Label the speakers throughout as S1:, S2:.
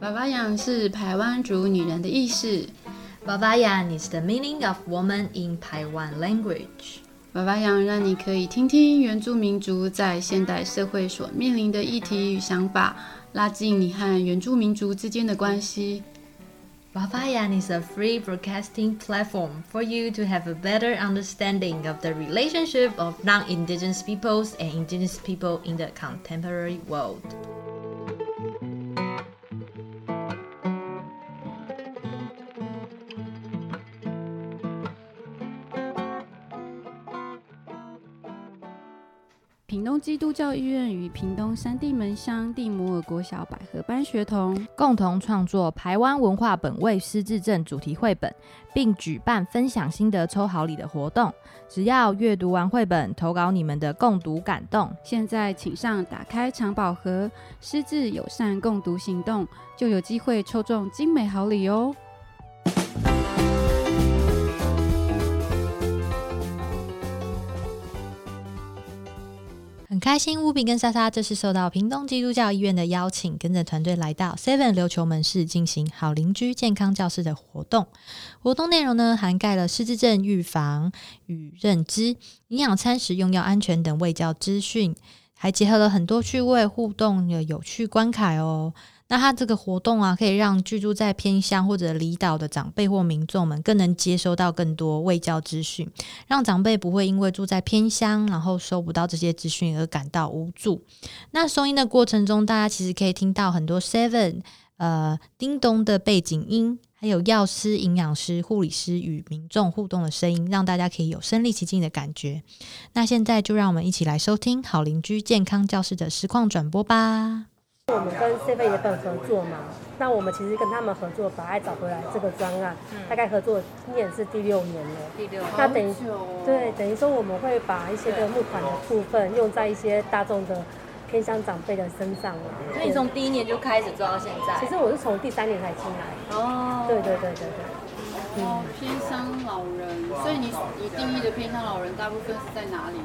S1: 爸爸养是台湾族女人的意思。
S2: b a b a y a n is the meaning of woman in Taiwan language.
S1: 爸爸养让你可以听听原住民族在现代社会所面临的议题与想法，拉近你和原住民族之间的关系。
S2: b a b a y a n is a free broadcasting platform for you to have a better understanding of the relationship of non-indigenous peoples and indigenous people in the contemporary world.
S1: 屏东基督教医院与屏东三地门乡地摩尔国小百合班学童，
S3: 共同创作台湾文化本位失智症主题绘本，并举办分享心得抽好礼的活动。只要阅读完绘本，投稿你们的共读感动。
S1: 现在请上打开藏宝盒“失智友善共读行动”，就有机会抽中精美好礼哦！
S2: 很开心，乌比跟莎莎这次受到屏东基督教医院的邀请，跟着团队来到 Seven 琉球门市进行好邻居健康教室的活动。活动内容呢，涵盖了失智症预防与认知、营养餐食用药安全等卫教资讯，还结合了很多趣味互动的有趣关卡哦。那它这个活动啊，可以让居住在偏乡或者离岛的长辈或民众们更能接收到更多卫教资讯，让长辈不会因为住在偏乡，然后收不到这些资讯而感到无助。那收音的过程中，大家其实可以听到很多 Seven 呃叮咚的背景音，还有药师、营养师、护理师与民众互动的声音，让大家可以有身临其境的感觉。那现在就让我们一起来收听好邻居健康教室的实况转播吧。
S4: 我们跟 Seven 也本合作嘛，那我们其实跟他们合作，把爱找回来这个专案，大概合作今年是第六年了。
S5: 第六
S4: 那等于对，等于说我们会把一些的募款的部分用在一些大众的偏向长辈的身上了。
S5: 所以你从第一年就开始做到现在
S4: 其。实我是从第三年才进来。
S5: 哦
S4: 对对对对对，
S1: 哦，偏乡老人，所以你你定义的偏乡老人大部分是在哪里？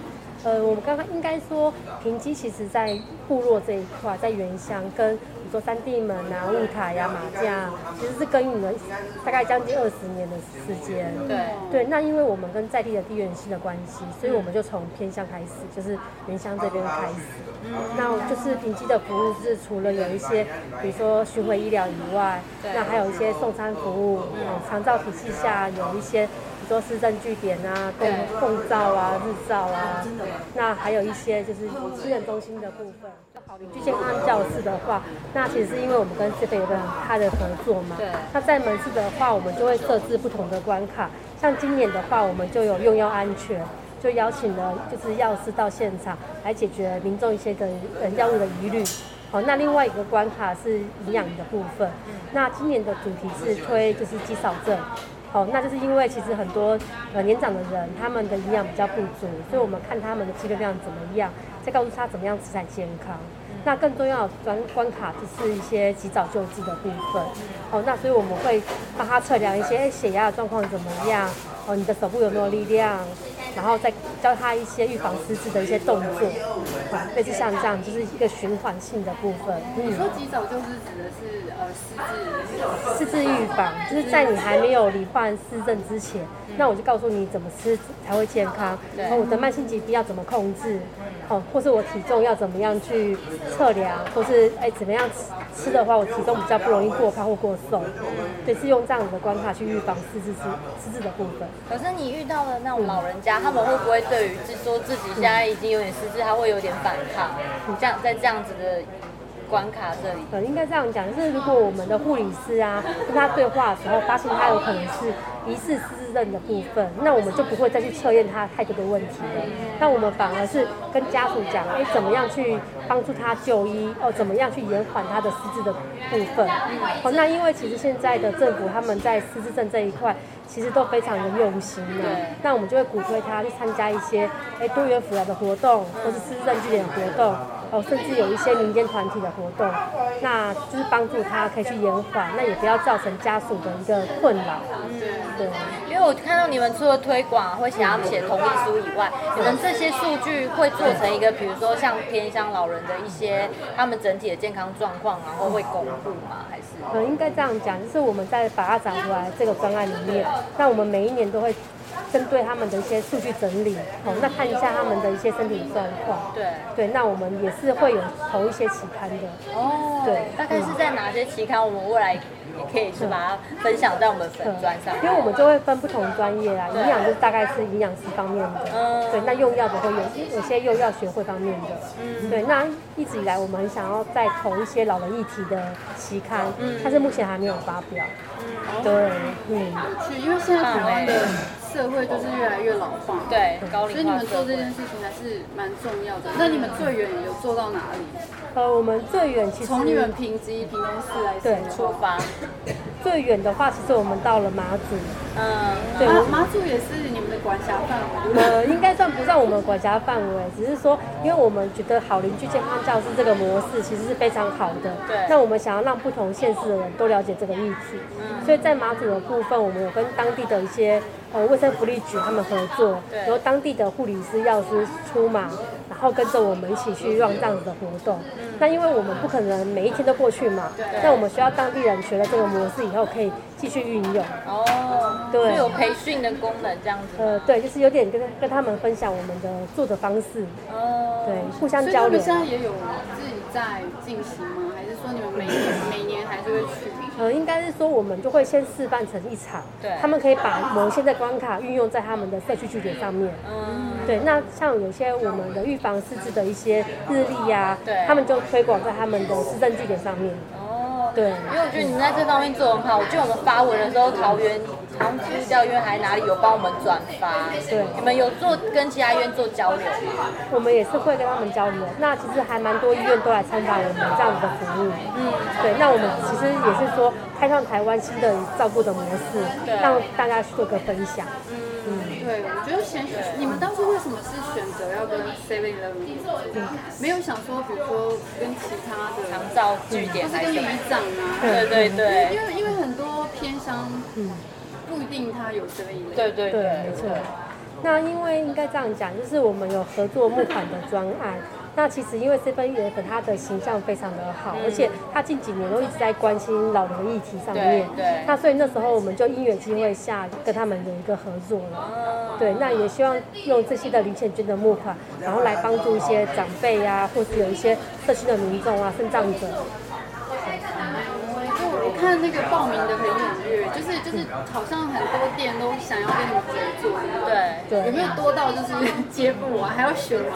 S4: 呃，我们刚刚应该说平基其实在部落这一块，在原乡跟你说三地门啊、雾台呀、马架啊，其实是耕耘了大概将近二十年的时间。
S5: 对，
S4: 对，那因为我们跟在地的地缘性的关系，所以我们就从偏乡开始，就是原乡这边开始。那就是平基的服务是除了有一些，比如说巡回医疗以外，那还有一些送餐服务。嗯，长照体系下有一些，比如说市政据点啊、共共照啊、日照啊，那还有一些就是私人中心的部分。就好邻居健康教室的话，那其实是因为我们跟 c 北有个很大的合作嘛，
S5: 对
S4: 那在门市的话，我们就会设置不同的关卡。像今年的话，我们就有用药安全，就邀请了就是药师到现场来解决民众一些的呃药物的疑虑。好，那另外一个关卡是营养的部分。那今年的主题是推就是肌少症。好，那就是因为其实很多呃年长的人，他们的营养比较不足，所以我们看他们的肌肉量怎么样，再告诉他怎么样吃才健康。那更重要的关关卡就是一些及早救治的部分。哦，那所以我们会帮他测量一些哎血压的状况怎么样，哦，你的手部有没有力量，然后再教他一些预防失智的一些动作，啊，类似像这样，就是一个循环性的部分。嗯
S5: 你说及早就是指的是呃失智，
S4: 失智预防，就是在你还没有罹患失症之前，那我就告诉你怎么吃才会健康，然后我的慢性疾病要怎么控制，哦，或是我体重要怎么样去测量，或是哎怎么样吃吃的话，我体重比较不容易过胖或过瘦，对，是用这样子的关卡去预防失智之失智的部分。
S5: 可是你遇到的那种老人家，他们会不会对于是说自己现在已经有点失智，他会有点反抗？你这样在这样子的关卡这里，
S4: 呃，应该这样讲，就是如果我们的护理师啊跟他对话的时候，发现他有可能是疑似失智症的部分，那我们就不会再去测验他太多的问题了。那我们反而是跟家属讲，哎，怎么样去帮助他就医，哦，怎么样去延缓他的失智的部分。哦，那因为其实现在的政府他们在失智症这一块。其实都非常的用心的、那我们就会鼓吹他去参加一些哎多元辅导的活动，或是失智症据点活动，哦，甚至有一些民间团体的活动，那就是帮助他可以去延缓，那也不要造成家属的一个困扰。对，
S5: 因为我看到你们除了推广会想要写同意书以外，你们这些数据会做成一个，比如说像偏乡老人的一些他们整体的健康状况，然后会公布吗？还是？
S4: 呃，应该这样讲，就是我们在把它长回来这个专案里面，那我们每一年都会针对他们的一些数据整理，哦，那看一下他们的一些身体状况。
S5: 对，
S4: 对，那我们也是会有投一些期刊的。
S5: 哦，
S4: 对
S5: 大概是在哪些期刊？我们未来也可以去把它分享在我们粉专上，
S4: 因为我们就会分不同专业啦，
S5: 对
S4: 营养就是大概是营养师方面的
S5: 嗯，
S4: 对，那用药的会有有些用药学会方面
S6: 嗯
S4: 的，对，那一直以来我们很想要再投一些老人议题的期刊，
S6: 嗯
S4: 但是目前还没有发表，对，嗯，
S6: 去，因为现在台湾的社会就是越来越老化，，
S5: 对，高
S6: 所以
S5: 龄
S6: 你
S5: 化
S6: 们
S5: 社
S6: 做这
S5: 会
S6: 件。事情还是蛮重要的。那你们最远有做到哪里？
S4: 呃，我们最远其实
S6: 从你们评级评东市来说
S4: 对
S6: 的话，
S5: 出发，
S4: 最远的话，其实我们到了马祖，
S5: 嗯，
S4: 对，
S6: 啊
S4: 我
S6: 马祖也是你们的管辖范围。
S4: 呃，应该算不上我们管辖范围，只是说，因为我们觉得好邻居健康教室这个模式其实是非常好的。
S5: 对
S4: 那我们想要让不同县市的人都了解这个议题，
S5: 嗯
S4: 所以在马祖的部分，我们有跟当地的一些呃卫生福利局他们合作，
S5: 对
S4: 然后当地的护理师、药师出马，然后跟着我们一起去让这样子的活动。
S5: 嗯
S4: 那因为我们不可能每一天都过去嘛，那我们需要当地人学了这个模式以后，可以继续运用。
S5: 哦，
S4: 对
S5: 就有培训的功能这样子
S4: 呃
S5: 吗，？
S4: 对，就是有点跟跟他们分享我们的做的方式，
S5: 哦，
S4: 对，互相
S6: 所以
S4: 交
S6: 你
S4: 流
S6: 们。现在也有自己在进行吗？还是说你们每年每年还是会去？
S4: 呃，应该是说我们就会先示范成一场，
S5: 对
S4: 他们可以把某些的关卡运用在他们的社区据点上面。
S5: 嗯，
S4: 对，那像有些我们的预防失智的一些日历呀、
S5: 对
S4: 他们就推广在他们的市政据点上面。
S5: 哦，
S4: 对
S5: 因为我觉得你们在这方面做得很好。我记得我们发文的时候，桃园好像不知道因为还哪里有帮我们转发。
S4: 对
S5: 你们有做跟其他医院做交流吗？
S4: 我们也是会跟他们交流。那其实还蛮多医院都来参访我们这样子的服务。嗯，对。那我们其实也是说开创台湾新的照顾的模式，
S5: 对
S4: 让大家去做个分享。
S6: 对，我觉得选你们当初为什么是选择要跟 Seven Eleven 合作？没有想说，比如说跟其他的，
S5: 长照据点
S6: 或是
S5: 还
S6: 跟
S5: 是什
S6: 里
S5: 么？
S6: 长啊？
S5: 对对对
S6: 因为因为很多偏乡，不一定他有 Seven Eleven。
S5: 对对
S4: 对，
S5: 对
S4: 没，错。那因为应该这样讲，就是我们有合作募款的专案。那其实因为 Seven Eleven 它的形象非常的好，而且它近几年都一直在关心老人议题上面。
S5: 嗯对对
S4: 那所以那时候我们就因缘机会下跟他们有一个合作了。
S5: 嗯，
S4: 对，那也希望用这些的零钱捐的募款，然后来帮助一些长辈呀、或是有一些社区的民众啊、肾脏者。
S6: 就我看那个报名的很踊跃，就是就是好像很多店都想要跟你们合作，
S5: 对
S4: 对
S6: 有没有多到就是 接不完，还要选择？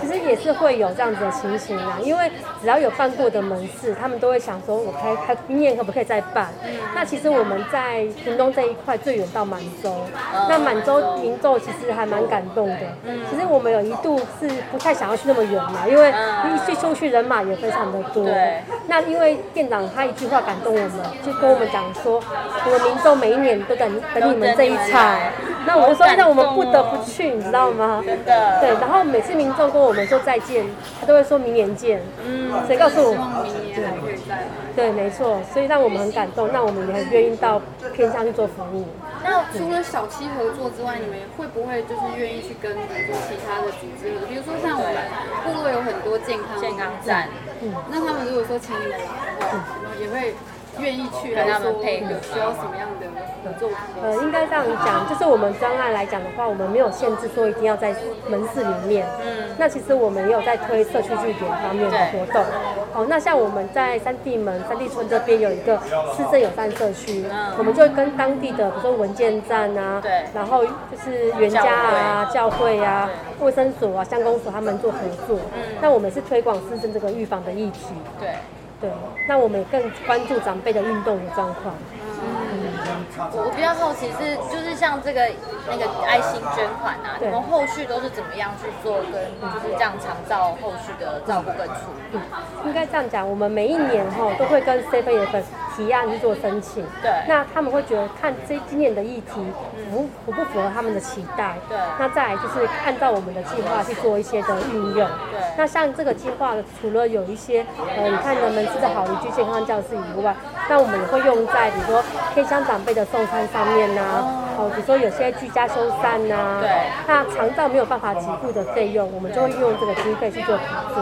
S4: 其实也是会有这样子的情形啊，因为只要有办过的门市，他们都会想说，我开开明年可不可以再办？
S5: 嗯
S4: 那其实我们在屏东这一块最远到满洲，
S5: 哦
S4: 那满洲民众其实还蛮感动的。
S5: 嗯
S4: 其实我们有一度是不太想要去那么远嘛，因为一去出去人马也非常的多。
S5: 嗯对
S4: 那因为店长他一句话感动我们，就跟我们讲说，我们民众每一年都等等你们这一
S5: 都等你们
S4: 场
S5: 来。
S4: 那我就说
S5: 好，感
S4: 那我们
S5: 动
S4: 不得
S5: 哦
S4: 不去，你知道吗？
S5: 真的
S4: 对，然后每次民众跟我们说再见，他都会说明年见。嗯，谁告诉我
S6: 希
S4: 们？
S6: 望明年还可以再来。
S4: 对，没错，所以让我们很感动，那我们也很愿意到偏向去做服务。
S6: 那除了小七合作之外，你们会不会就是愿意去跟很多其他的组织合作？比如说像我们部落有很多健康
S5: 健康站，
S6: 那他们如果说请你们来的
S7: 嗯
S6: 话，你们也会愿意去，
S5: 跟他们
S6: 还是说
S5: 配合
S6: 有需要什么样的合作方式？
S4: 呃，
S7: 嗯
S4: 应该这样讲，就是我们专案来讲的话，我们没有限制说一定要在门市里面。嗯，那其实我们也有在推社区据点方面的活动。哦，那像我们在三地门、三地村这边有一个市政友善社区，我们就会跟当地的，比如说文件站啊，
S5: 对
S4: 然后就是原家啊、教会啊、卫生所啊、乡公所他们做合作。嗯，那我们是推广市政这个预防的议题。
S5: 对，
S4: 对，那我们也更关注长辈的运动的状况。
S5: 我我比较好奇是就是像这个那个爱心捐款啊，你
S4: 对
S5: 们后续都是怎么样去做跟就是这样长照后续的照顾跟处理？
S4: 应该这样讲，我们每一年哈都会跟 Seven Eleven 提案去做申请。
S5: 对
S4: 那他们会觉得看这今年的议题符符不符合他们的期待。
S5: 对
S4: 那再来就是按照我们的计划去做一些的运用。
S5: 对
S4: 那像这个计划，除了有一些呃，你看人们吃的好邻居健康教室以外，那我们也会用在比如说偏乡长辈的送餐上面呐、哦，比如说有些居家啊修缮呐、
S5: 对
S4: 那长照没有办法给付的费用，我们就会用这个经费去做补助。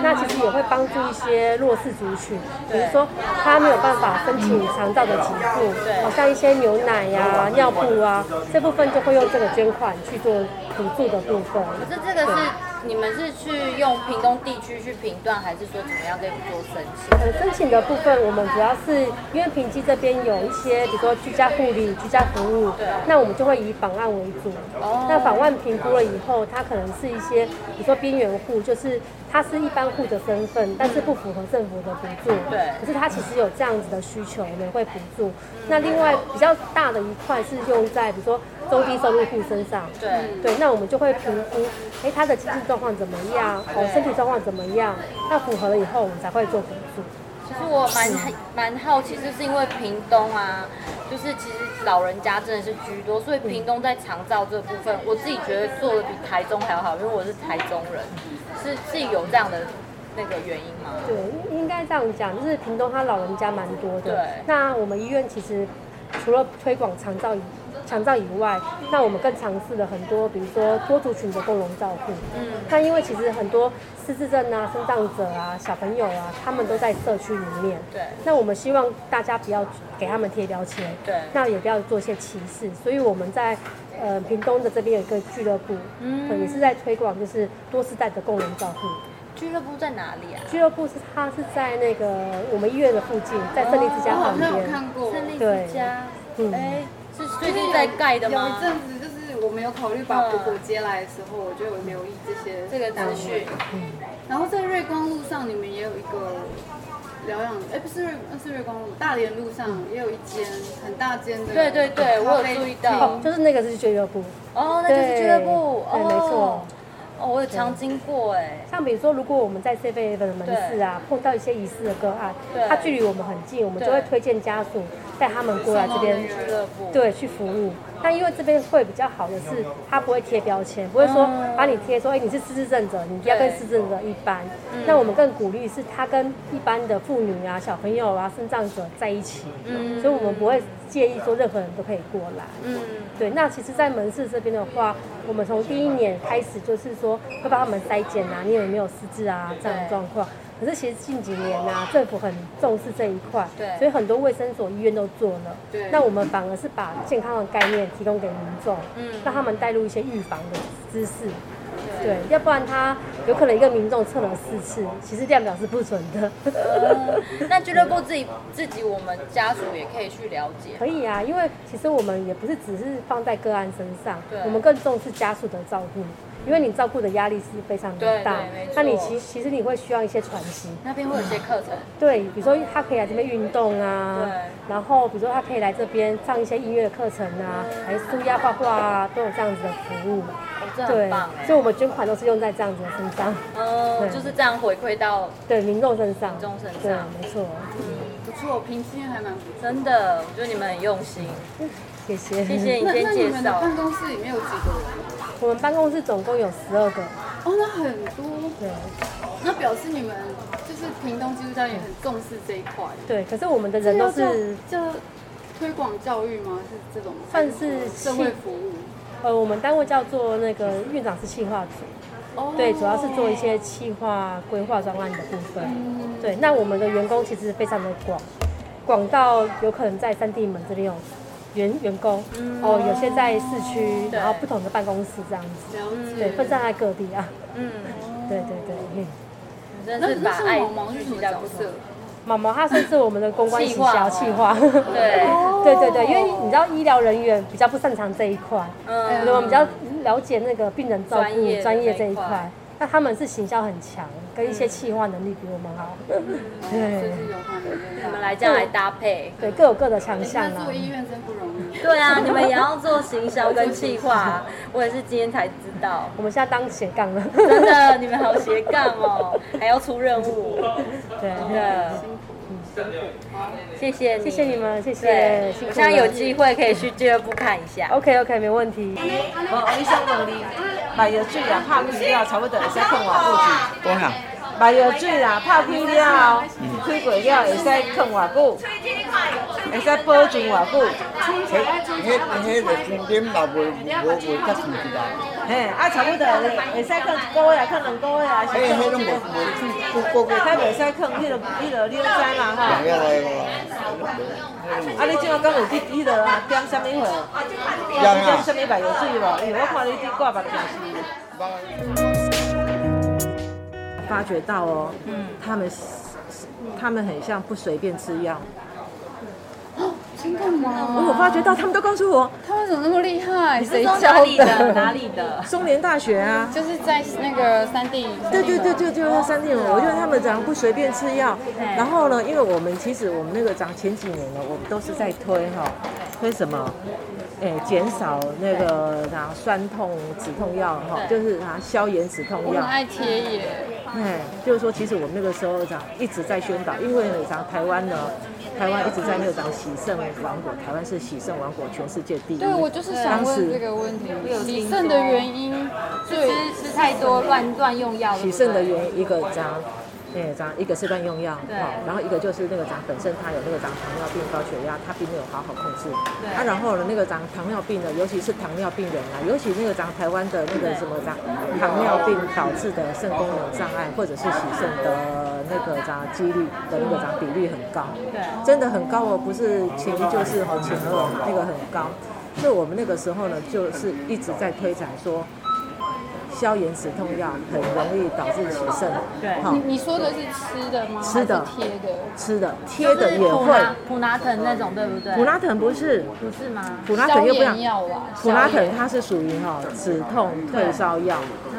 S4: 那其实也会帮助一些弱势族群，比如说他没有办法申请长照的给付，好像一些牛奶呀、尿布啊这部分就会用这个捐款去做补助的部分。
S5: 可是这个是你们是去用屏东地区去评断，还是说怎么样跟你们做申请？
S4: 呃，申请的部分，我们主要是因为平基这边有一些，比如说居家护理、居家服务，那我们就会以访案为主。
S5: 哦
S4: 那访案评估了以后，它可能是一些，比如说边缘户，就是他是一般户的身份，但是不符合政府的补助。
S5: 对
S4: 可是他其实有这样子的需求，我们会补助。那另外比较大的一块是用在，比如说中低收入户身上。
S5: 对
S4: 对，那我们就会评估，哎，他的经济状况怎么样，哦，身体状况怎么样，那符合了以后，我们才会做补助。
S5: 其实我蛮蛮好奇，是不是因为屏东啊，就是其实老人家真的是居多，所以
S4: 嗯
S5: 屏东在长照这部分，我自己觉得做的比台中还要好，因为我是台中人，是是有这样的那个原因吗？
S4: 对，应应该这样讲，就是屏东他老人家蛮多的。
S5: 对
S4: 那我们医院其实除了推广长照以长照以外，那我们更尝试了很多，比如说多族群的共融照护。嗯。那因为其实很多失智症啊、生障者啊、小朋友啊，他们都在社区里面。
S5: 对
S4: 那我们希望大家不要给他们贴标签。
S5: 对
S4: 那也不要做一些歧视，所以我们在。呃，屏东的这边有一个俱乐部，嗯，也是在推广就是多世代的共融照护。
S5: 俱乐部在哪里啊？
S4: 俱乐部是它是在那个我们医院的附近，在胜利之家
S6: 我好
S4: 旁
S5: 哦
S6: 像有
S4: 边。
S6: 看过，
S5: 胜利
S4: 对
S5: 之家，
S4: 嗯
S5: 哎，是
S6: 就
S5: 最
S6: 是有
S5: 近在盖的
S6: 有
S5: 吗
S6: 一？阵子就是我们有考虑把果果接来的时候，我就有留意这些
S5: 这个资讯。
S6: 然后在瑞光路上，你们也有一个疗养，哎，不是瑞，呃是瑞光路，大连路上也有一间很大间的，
S5: 对对对我有注意到
S4: 哦，就是那个是俱乐部，
S5: 哦，那就是俱乐部，
S4: 对
S5: 哦，
S4: 对没错。
S5: 哦，我有常经过哎，
S4: 像比如说，如果我们在 C V 的门市啊，碰到一些疑似的个案
S5: 对，
S4: 它距离我们很近，我们
S5: 对
S4: 就会推荐家属带他们过来这边，
S5: 俱乐部。
S4: 对，去服务。嗯但因为这边会比较好的是，它不会贴标签，不会说
S5: 嗯
S4: 把你贴说，哎，你是失智症者，你不要跟
S5: 对
S4: 失智症者一般。
S5: 嗯
S4: 那我们更鼓励是他跟一般的妇女啊、小朋友啊、生障者在一起，
S5: 嗯
S4: 所以我们不会介意说任何人都可以过来。
S5: 嗯，
S4: 对，那其实，在门市这边的话，我们从第一年开始就是说会帮他们筛检啊，你有没有失智啊这样的状况。可是其实近几年啊，政府很重视这一块，
S5: 对
S4: 所以很多卫生所、医院都做了。
S6: 对
S4: 那我们反而是把健康的概念提供给民众，
S5: 嗯
S4: 让他们带入一些预防的知识。对，要不然他有可能一个民众测了四次，其实量表是不准的。
S5: 那俱乐部自己自己我们家属也可以去了解。
S4: 可以啊，因为其实我们也不是只是放在个案身上
S5: 对，
S4: 我们更重视家属的照顾，因为你照顾的压力是非常
S5: 对
S4: 的大
S5: 对没错。
S4: 那你其其实你会需要一些喘息，
S5: 那边会有一些课程，
S4: 对，比如说他可以来这边运动啊，
S5: 对
S4: 然后比如说他可以来这边上一些音乐课程啊，
S5: 嗯
S4: 还是舒压画画啊，都有这样子的服务。
S5: 哦，这
S4: 对
S5: 很棒，哎
S4: 所以。我们捐款都是用在这样子的身上，
S5: 嗯，
S4: 对
S5: 就是这样回馈到
S4: 对民众身上，
S5: 民众身上
S4: 对，没错，
S6: 不错，平均还蛮不错。
S5: 真的，我觉得你们很用心，
S4: 谢谢。
S5: 谢谢你
S6: 那
S5: 今
S6: 那
S5: 天
S6: 你
S5: 介
S6: 们的
S5: 绍。
S6: 办公室里面有几个人？
S4: 我们办公室总共有十二个，
S6: 哦，那很多，
S4: 对。
S6: 那表示你们就是屏东基督教也很重视这一块。
S4: 对，可是我们的人都是
S6: 叫叫推广教育吗？是这种
S4: 算是
S6: 社会服务。
S4: 呃，我们单位叫做那个院长是企划组，
S6: 哦
S4: 对，主要是做一些企划规划专案的部分。对，那我们的员工其实非常的广，广到有可能在三地门这里有员员工，哦，有些在市区，然后不同的办公室这样子，
S6: 了解。
S4: 嗯对，分散在各地啊。
S5: 嗯，
S4: 对对对，嗯
S5: 你真
S6: 那
S5: 的是把
S6: 那
S5: 爱
S6: 像毛毛是什
S5: 聚
S6: 么
S5: 集在
S6: 角
S5: 不同
S6: 色？哦
S4: 毛毛他算是我们的公关
S5: 企
S4: 营
S5: 划
S4: 销
S5: 哦
S4: 企划，
S5: 对
S6: 哦
S4: 对对对，因为你知道医疗人员比较不擅长这一块，
S5: 嗯
S6: 哎
S4: 嗯，我们比较了解那个病人照
S5: 专业
S4: 顾
S5: 的
S4: 专业这
S5: 那一
S4: 一
S5: 块
S4: 块，那他们是行销很强，跟一些企划能力比我们好，
S6: 对，
S4: 对
S6: 就是有他们
S5: 你
S6: 的
S5: 们来这样来搭配。
S4: 对，各有各的强
S6: 人
S4: 项
S5: 哎
S6: 家
S4: 啦
S6: 做。医院真不容易。
S5: 对啊，你们也要做行销跟企 划，我也是今天才知道，
S4: 我们现在当斜杠了，
S5: 哦真的，你们好斜杠哦，还要出任务，
S4: 对
S5: 真的。
S4: 辛苦。
S5: 谢谢你，
S4: 谢谢你们，谢谢
S5: 对，，
S4: 辛苦
S5: 我
S4: 了
S5: 现在有机会可以去俱乐部看一下。
S4: OK OK，没问题。
S7: 我我想问你，卖药水啊，拍开了差不多会使放偌久子？
S8: 讲啊，
S7: 卖药水啊，拍开了，开过了会使放偌久？会使保存偌久？
S8: 迄迄迄个重点嘛，袂无袂较清楚啦。
S7: 嘿，啊差不多会使放一个月啊，放两个月啊，
S8: 迄迄拢无无去过过
S7: 才袂使放迄落迄落六三啦吼。
S8: 人要来个，
S7: 啊，你怎啊敢有去迄落啊点什么货？
S8: 人
S7: 点
S8: 啊
S7: 什。么卖药水无？因为我看你去挂目镜是。发觉到哦，嗯，他们他们很像不随便吃药。
S6: 真的吗？
S7: 我发觉到他们都告诉我，
S6: 哦他们怎么那么厉害？谁
S5: 说
S6: 教 的？
S5: 哪里的？
S7: 中联大学啊，
S6: 就是在那个山地。
S7: 对对对对对，三点我觉得他们怎样不随便吃药。然后呢，因为我们其实我们那个长前几年呢，我们都是在推哈，推什么？哎，减少那个啊酸痛止痛药哈，就是啊消炎止痛
S6: 我
S7: 药
S6: 很。爱贴耶，
S7: 哎，就是说，其实我们那个时候长一直在宣导，因为呢，长台湾呢，台湾一直在那个长喜盛王国，台湾是喜盛王国，全世界第一。
S6: 对我就是想
S7: 当
S6: 问
S7: 时
S6: 这个问题，洗肾的原因，对，
S5: 吃太多乱乱用药，
S7: 喜盛的原因一个长，哎，长一个是乱用药，好，然后一个就是那个长本身他有那个长糖尿病、高血压，他并没有好好控制。啊，然后呢，那个长糖尿病的，尤其是糖尿病人啊，尤其那个长台湾的那个什么长糖尿病导致的肾功能障碍，或者是喜肾的那个长几率的那个长比率很高，对，真的很高哦，不是前一就是哦前二那个很高。所以我们那个时候呢，就是一直在推展说，消炎止痛药很容易导致起肾，对，好、
S6: 你你说的是吃的吗？
S7: 吃的
S6: 还是贴的。
S7: 吃的贴的也会，
S5: 普拿疼那种，对不对？
S7: 普拉腾不是，
S5: 不是吗？
S7: 普拉
S6: 消
S7: 腾又不
S6: 炎
S7: 让。
S6: 药啊啦，
S7: 普拉
S6: 消
S7: 腾
S6: 炎
S7: 它是属于哈止痛退烧药，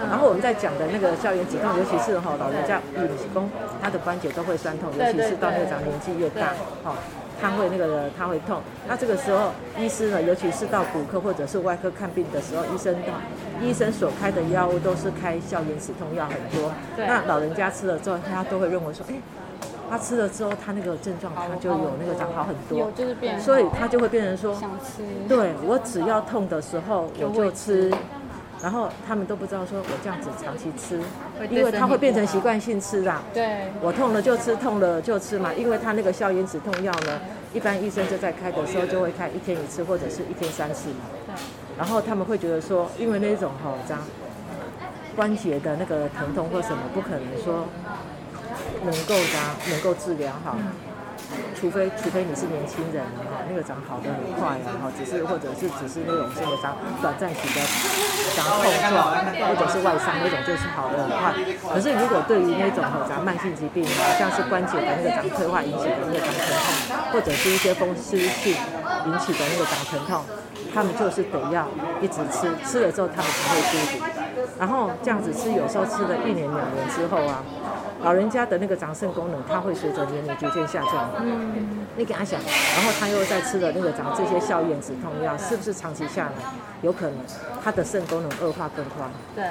S7: 然后我们在讲的那个消炎止痛，尤其是哈老人家饮功，他的关节都会酸痛，尤其是到那个长年纪越大，哈。他会那个他会痛，那这个时候医师呢，尤其是到骨科或者是外科看病的时候，医生的医生所开的药物都是开消炎止痛药很多。那老人家吃了之后，他都会认为说，哎、他吃了之后，他那个症状他就有那个长好很多
S6: 有，就是变好，
S7: 所以他就会变成说，
S6: 想吃，
S7: 对我只要痛的时候我就吃，然后他们都不知道说我这样子长期吃，因为它会变成习惯性吃啦。
S6: 对，
S7: 我痛了就吃，痛了就吃嘛，因为它那个消炎止痛药呢，一般医生就在开的时候就会开一天一次或者是一天三次嘛。然后他们会觉得说，因为那种吼、这样关节的那个疼痛或什么，不可能说能够这样能够治疗好。除非除非你是年轻人啊，哈那个长好的很快啊，哈，只是或者是只是那种什么长短暂期的长痛状，或者是外伤那种就是好的很快。可是如果对于那种哈长慢性疾病，像是关节的那个长退化引起的那个长疼痛，或者是一些风湿性引起的那个长疼痛，他们就是得要一直吃，吃了之后他们才会舒服。然后这样子吃，有时候吃了一年两年之后啊，老人家的那个长肾功能，它会随着年龄逐渐下降。你给他想，然后他又在吃了那个长这些消炎止痛药，是不是长期下来，有可能他的肾功能恶化更快？
S5: 对，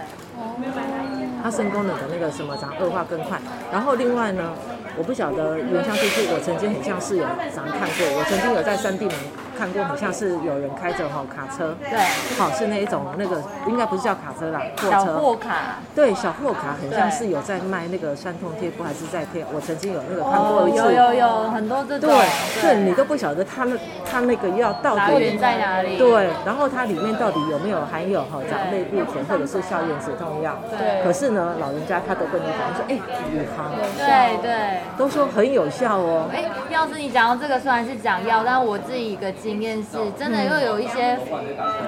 S7: 他肾功能的那个什么长恶化更快。然后另外呢，我不晓得原乡地区，我曾经很像是有长看过，我曾经有在山地门看过，很像是有人开着哈卡车，
S5: 对，
S7: 好是那一种那个应该不是叫卡车啦，货
S5: 小
S7: 车，
S5: 货卡，
S7: 对，小货卡很像是有在卖那个酸痛贴布，还是在贴？我曾经有那个看过一次，
S5: 哦有有有很多这种
S7: 对，，对你都不晓得它那它那个药到
S5: 来源
S7: 底
S5: 在哪里？
S7: 对，然后它里面到底有没有含有哈长类固醇或者是消炎止痛药？
S5: 对
S7: 可是呢，老人家他都跟你讲说，哎，宇康
S5: 对对。
S7: 都说很有效哦。
S5: 哎，要是你讲到这个，虽然是讲药，但我自己一个经验是，真的又有一些，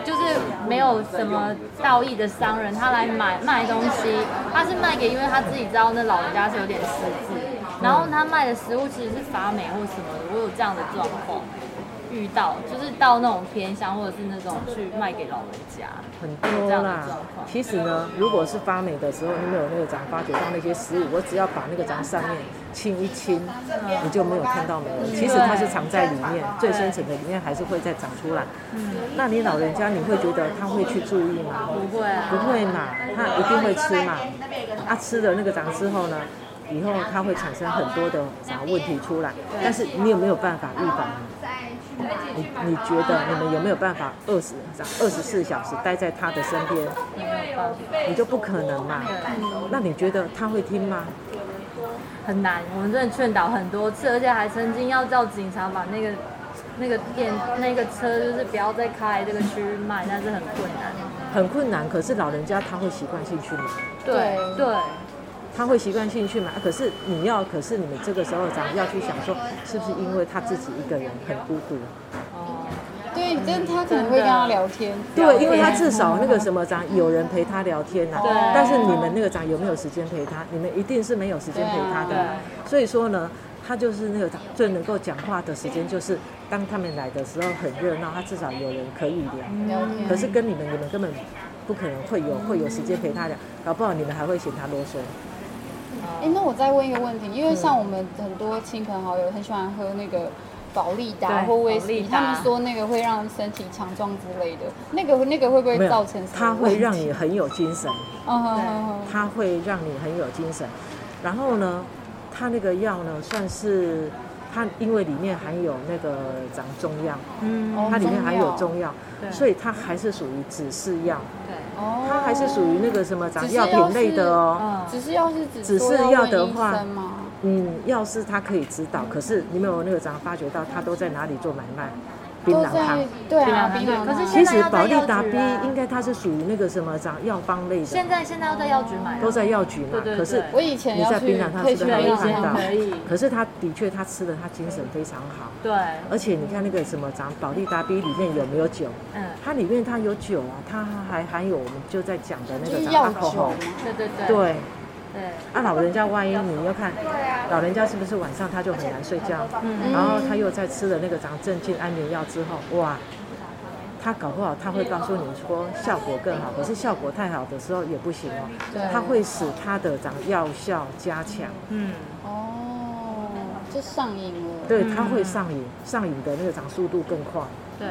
S5: 就是没有什么道义的商人，他来买卖东西，他是卖给，因为他自己知道那老人家是有点失智，然后他卖的食物其实是发霉或什么的，我有这样的状况遇到，就是到那种偏乡或者是那种去卖给老人家，
S7: 很多啦
S5: 这样的哦状况。
S7: 其实呢，如果是发霉的时候，你没有那个长发觉到那些食物，我只要把那个长上面清一清，
S5: 嗯
S7: 你就没有看到霉了。其实它是藏在里面，最深层的里面还是会再长出来。
S5: 嗯
S7: 那你老人家你会觉得他会去注意吗？
S5: 不会啊，
S7: 不会嘛，他一定会吃嘛。他、吃了那个长之后呢，以后它会产生很多的啥问题出来，但是你有没有办法预防呢？你你觉得你们有没有办法二十二十四小时待在他的身边？你就不可能嘛。那你觉得他会听吗？
S5: 很难，我们真的劝导很多次，而且还曾经要叫警察把那个那个店那个车就是不要再开来这个区域卖，但是很困难。
S7: 很困难，可是老人家他会习惯性去买，
S5: 对对，
S7: 他会习惯性去买。啊可是你要，可是你们这个时候长要去想说，是不是因为他自己一个人很孤独？
S9: 对，但他可能会跟他聊天，
S7: 对，因为他至少那个什么长有人陪他聊天呐、啊但是你们那个长有没有时间陪他？你们一定是没有时间陪他的。所以说呢，他就是那个长最能够讲话的时间，就是当他们来的时候很热闹，他至少有人可以聊。
S9: 聊天。
S7: 可是跟你们，你们根本不可能会有会有时间陪他聊，搞不好你们还会嫌他啰嗦。
S9: 哎、那我再问一个问题，因
S7: 嗯
S9: 为像我们很多亲朋好友很喜欢喝那个保利达
S5: 对
S9: 或威士
S5: 宝
S9: 忌，
S5: 利达
S9: 他们说那个会让身体强壮之类的，那个那个会不会
S7: 没
S9: 造
S7: 有
S9: 成什么？，
S7: 他会让，你很有精神，
S9: 嗯哼哼哼
S7: 他会让你很有精神。然后呢，他那个药呢，算是它因为里面含有那个长中药，
S9: 哦
S7: 它里面含有
S9: 中
S7: 中药，所以它还是属于指示药，
S9: 药哦，
S7: 它还是属于那个什么
S5: 哦
S9: 指
S7: 长
S9: 示
S7: 药
S9: 药
S7: 品类的
S9: 是
S7: 哦。
S5: 嗯
S9: 只是要是只
S7: 只
S9: 说
S7: 是
S9: 要
S7: 要
S9: 问
S7: 的
S9: 医
S7: 话
S9: 生吗？
S7: 嗯，药师他可以指导，可是你们有那个长发觉到他都在哪里做买卖？槟
S9: 都
S7: 榔
S9: 在
S7: 摊。
S9: 对啊，槟榔
S5: 可是
S9: 摊
S7: 其
S5: 现在
S7: 实
S5: 要在
S7: 保利
S5: 药
S7: 达 B
S5: 局啊
S7: 应该它是属于那个什么长药方类的
S5: 现，在现在要在药局买了，
S7: 都在药局嘛。
S5: 对对
S7: 可是
S9: 我以前
S7: 你
S9: 要
S7: 在
S9: 去
S7: 槟榔摊
S9: 可以
S7: 吃
S9: 去
S7: 的
S9: 槟
S7: 很
S9: 榔
S7: 看到
S9: 摊，
S5: 可以，
S7: 可是他的确他吃了，他精神非常好。
S5: 对，
S7: 而且你看那个什么长保利达 B 里面有没有酒？
S5: 嗯，
S7: 它里面它有酒啊，它还含有我们就在讲的那
S9: 就
S7: 个
S9: 是
S7: 长
S9: 药
S7: 阿口
S9: 酒嘛
S7: 红。。
S5: 对对对
S7: 对，
S5: 对，
S7: 啊，老人家万一你要看，老人家是不是晚上他就很难睡觉？
S9: 嗯
S7: 然后他又在吃了那个长镇静安眠药之后，哇，他搞不好他会告诉你说效果更好，可是效果太好的时候也不行哦，它会使他的长药效加强，
S5: 嗯，
S9: 哦，就上瘾了。
S7: 对，他
S5: 嗯
S7: 会上瘾，上瘾的那个长速度更快。
S9: 对，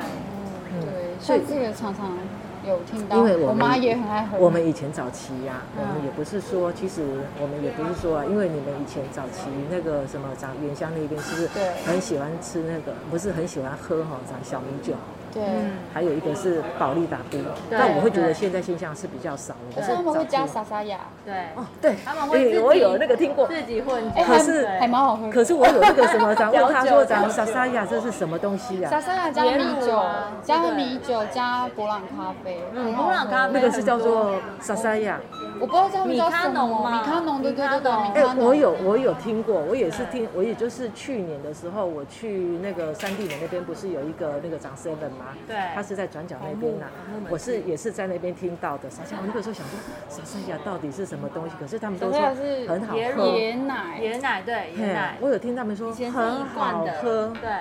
S9: 所
S7: 所以
S9: 以这个常常有听到，
S7: 因为我们
S9: 妈也很爱喝。
S7: 我们以前早期呀、我
S5: 嗯
S7: 们也不是说，其实我们也不是说啊，因为你们以前早期那个什么长原乡那边是不是
S9: 对
S7: 很喜欢吃那个，不是很喜欢喝哈、长小米酒，
S9: 对，
S5: 嗯
S7: 还有一个是保利达冰，但我会觉得现在现象是比较少了。
S9: 可
S7: 可是
S9: 是他们会加
S7: 早期
S9: 沙沙雅，
S5: 对，
S7: 哦，对，哦
S5: 他们会自己
S7: 诶我有那个听过，
S5: 自己混
S9: 哎，
S5: 酒，
S7: 可
S9: 还
S7: 是
S9: 还蛮好喝的。
S7: 可是我有那个什么长问他
S5: 了
S7: 说
S5: 解
S7: 长莎莎呀，这是什么东西呀、
S9: 沙沙雅加米
S5: 椰乳
S9: 酒
S5: 啊，
S9: 加米酒加博朗咖啡，很好喝
S5: 布嗯朗咖啡
S7: 那个是叫做莎莎呀，
S9: 我不知道叫
S5: 米
S9: 叫
S5: 咖
S9: 什
S5: 浓
S9: 么，
S5: 嘛
S9: 米咖浓，对对对对，
S5: 米
S9: 米
S7: 哎、
S9: 咖浓。
S7: 我有我有听过，我也是
S5: 嗯
S7: 听，我也就是去年的时候，我去那个三地门那边，不是有一个那个长 seven 吗？
S5: 对
S7: 它是在转角那边呐、啊我是也是在那边听到的。莎莎，我那个时候想说，莎莎呀到底是什么东西？可是他们都说
S9: 莎莎是
S7: 很好
S5: 椰
S7: 喝。
S9: 椰奶，
S5: 椰奶对
S7: 嘿
S5: 椰奶，
S7: 我有听他们说
S5: 以前是
S7: 很
S5: 一
S7: 好
S5: 罐的，
S7: 喝，
S5: 对，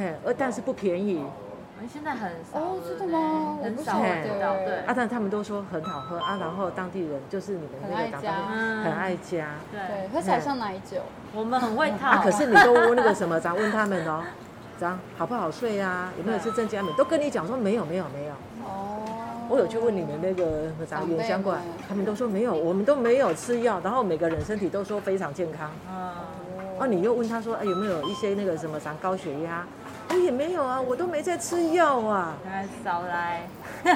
S7: 嘿，而但是不便宜。
S5: 现在很少
S9: 哦，真的吗？我
S5: 很
S9: 不
S5: 少
S9: 晓
S7: 哎
S5: 闻到，对
S9: 得。
S7: 啊，但他们都说很好喝啊，然后当地人就是你们那个
S9: 很爱
S7: 当地
S9: 加
S7: 人很爱加。
S5: 嗯
S9: 对，
S5: 对，
S9: 喝起
S7: 嗯
S9: 来像奶酒。
S5: 我们很会套，
S7: 啊，可是你都那个什么，咱问他们哦，咱好不好睡啊？有没有吃正佳美？都跟你讲说没有，没有，没有。
S9: 哦，
S7: 我有去问你们那个咱
S9: 长辈
S7: 原相馆
S9: 们，
S7: 他们都说没有，我们都没有吃药，然后每个人身体都说非常健康。
S9: 啊
S7: 哦，你又问他说，哎，有没有一些那个什么咱高血压？我也没有啊，我都没在吃药啊。
S5: 哎少来，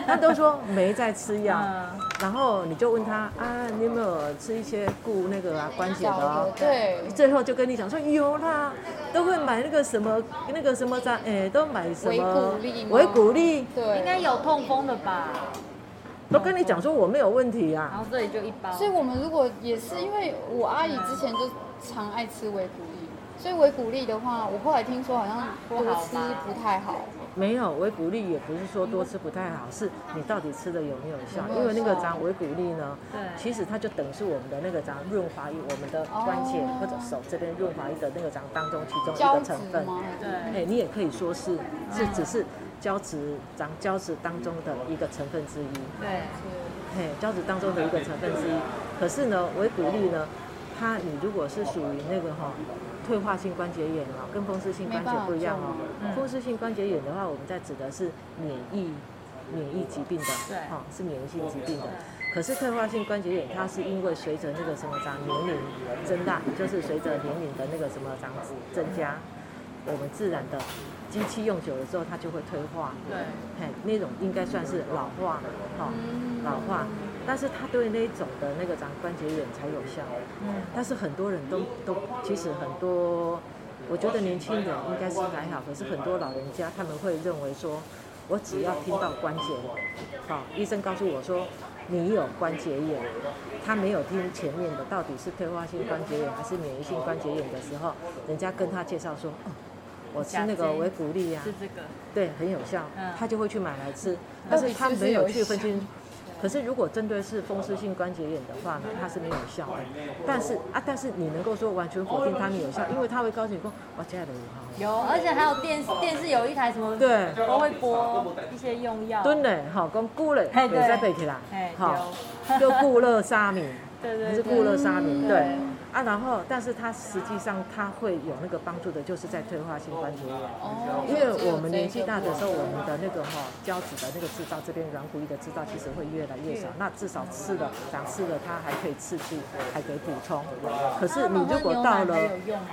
S7: 他都说没在吃药，
S5: 嗯
S7: 然后你就问他啊，你有没有吃一些固那个啊关节的、
S9: 小
S7: 啊
S9: 的，？对，
S7: 最后就跟你讲说有啦，都会买那个什么那个什么啥，哎、都买什么
S9: 维骨力吗
S7: 维骨力，
S9: 对，
S5: 应该有痛风的吧？
S7: 都
S9: 嗯
S7: 跟你讲说我没有问题
S5: 然
S7: 啊。
S5: 后这里就一包，
S9: 所以我们如果也是因为我阿姨之前就常爱吃维骨力，所以维骨力的话，我后来听说好像多吃不太好。
S7: 没有维骨力也不是说多吃不太好，是你到底吃的有没有效？
S9: 有没有
S7: 因为那个
S9: 效
S7: 咱维骨力呢，
S5: 对
S7: 其实它就等是我们的那个咱润滑液，我们的关节
S9: 哦
S7: 或者手这边润滑液的那个咱当中其中一
S9: 胶
S7: 个
S9: 质
S7: 成分。
S9: 吗？
S7: 哎、你也可以说是是只是胶质长胶质当中的一个成分之一。
S5: 对
S7: 嘿，胶质当中的一个成分之一。可是呢，维骨力呢，它你如果是属于那个哈、退化性关节炎哦，跟风湿性关节不一样哦。
S5: 嗯
S7: 风湿性关节炎的话，我们在指的是免疫免疫疾病的，
S5: 对
S7: 哦，是免疫性疾病的。可是退化性关节炎，它是因为随着那个什么长年龄增大，就是随着年龄的那个什么长增加，我们自然的机器用久了之后，它就会退化。
S6: 对，
S7: 嘿，那种应该算是老化了，哈、老化。但是它对那一种的那个长关节炎才有效。嗯，但是很多人都都，其实很多，我觉得年轻人应该是还好，可是很多老人家他们会认为说，我只要听到关节炎，好、医生告诉我说你有关节炎，他没有听前面的到底是退化性关节炎还是免疫性关节炎的时候，人家跟他介绍说，哦，我吃那个维骨力呀、啊
S5: 是这个，
S7: 对，很有效
S5: 嗯，
S7: 他就会去买来嗯吃，但是他没有去分清。可是如果针对是风湿性关节炎的话呢，它是没有效的。但是啊，但是你能够说完全否定它没有效，因为他会告诉你说，我家的有好，啊
S5: 有，而且还有电视，电视有一台什么，
S7: 对
S5: 都会播一些用药，
S7: 蹲嘞，好，讲固嘞，
S5: 嘿
S7: 也
S5: 对
S7: 再背起来
S5: 哎，
S7: 好， 就固乐沙米，
S5: 对对嗯
S7: 还是固乐沙米，对。啊，然后，但是它实际上它会有那个帮助的，就是在退化性关节炎。
S9: 哦，
S7: 因为我们年纪大的时候，我们的那个哈、胶质的那个制造，这边软骨液的制造其实会越来越少。那至少吃了，长吃了，它还可以刺激，还可以补充。
S5: 啊
S7: 可是你如果到了
S5: 有用吗？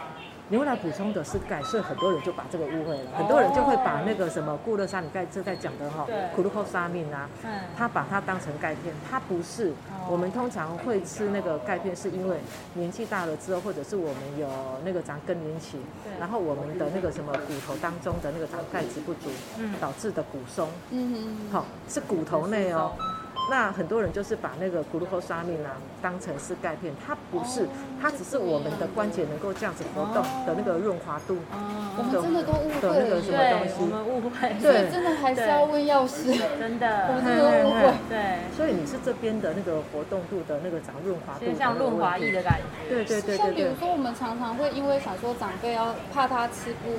S7: 牛奶补充的是钙，所以很多人就把这个误会了，很多人就会把那个什么固乐沙米钙，这在讲的哈、苦鲁克沙命啊，他把它当成钙片，它不是。
S9: 哦
S7: 我们通常会吃那个钙片，是因为年纪大了之后，或者是我们有那个长更年期，然后我们的那个什么骨头当中的那个长钙质不足，导致的骨松。
S9: 嗯哼，
S7: 好、是骨头内哦。那很多人就是把那个骨头沙命啊当成是钙片，它不
S9: 哦
S7: 是，它只是我们的关节能够这样子活动的那个润滑度，
S9: 哦我们真的都误
S7: 的那
S9: 会
S7: 个
S9: 了
S7: 什
S9: 耶，
S5: 对，
S7: 么东
S5: 我
S7: 西。
S5: 们误会，
S7: 对
S9: 真的还是要问药师，
S5: 真
S9: 我真
S5: 的，
S9: 的误
S7: 嘿嘿
S9: 会
S7: 嘿。
S5: 对，
S7: 所以你是这边的那个活动度的那个长润滑度，
S5: 就像润滑液的，感觉。
S7: 对对对
S9: 像
S7: 对
S9: 比
S7: 对
S9: 如，说，我们常常会因为想说长辈要怕他吃不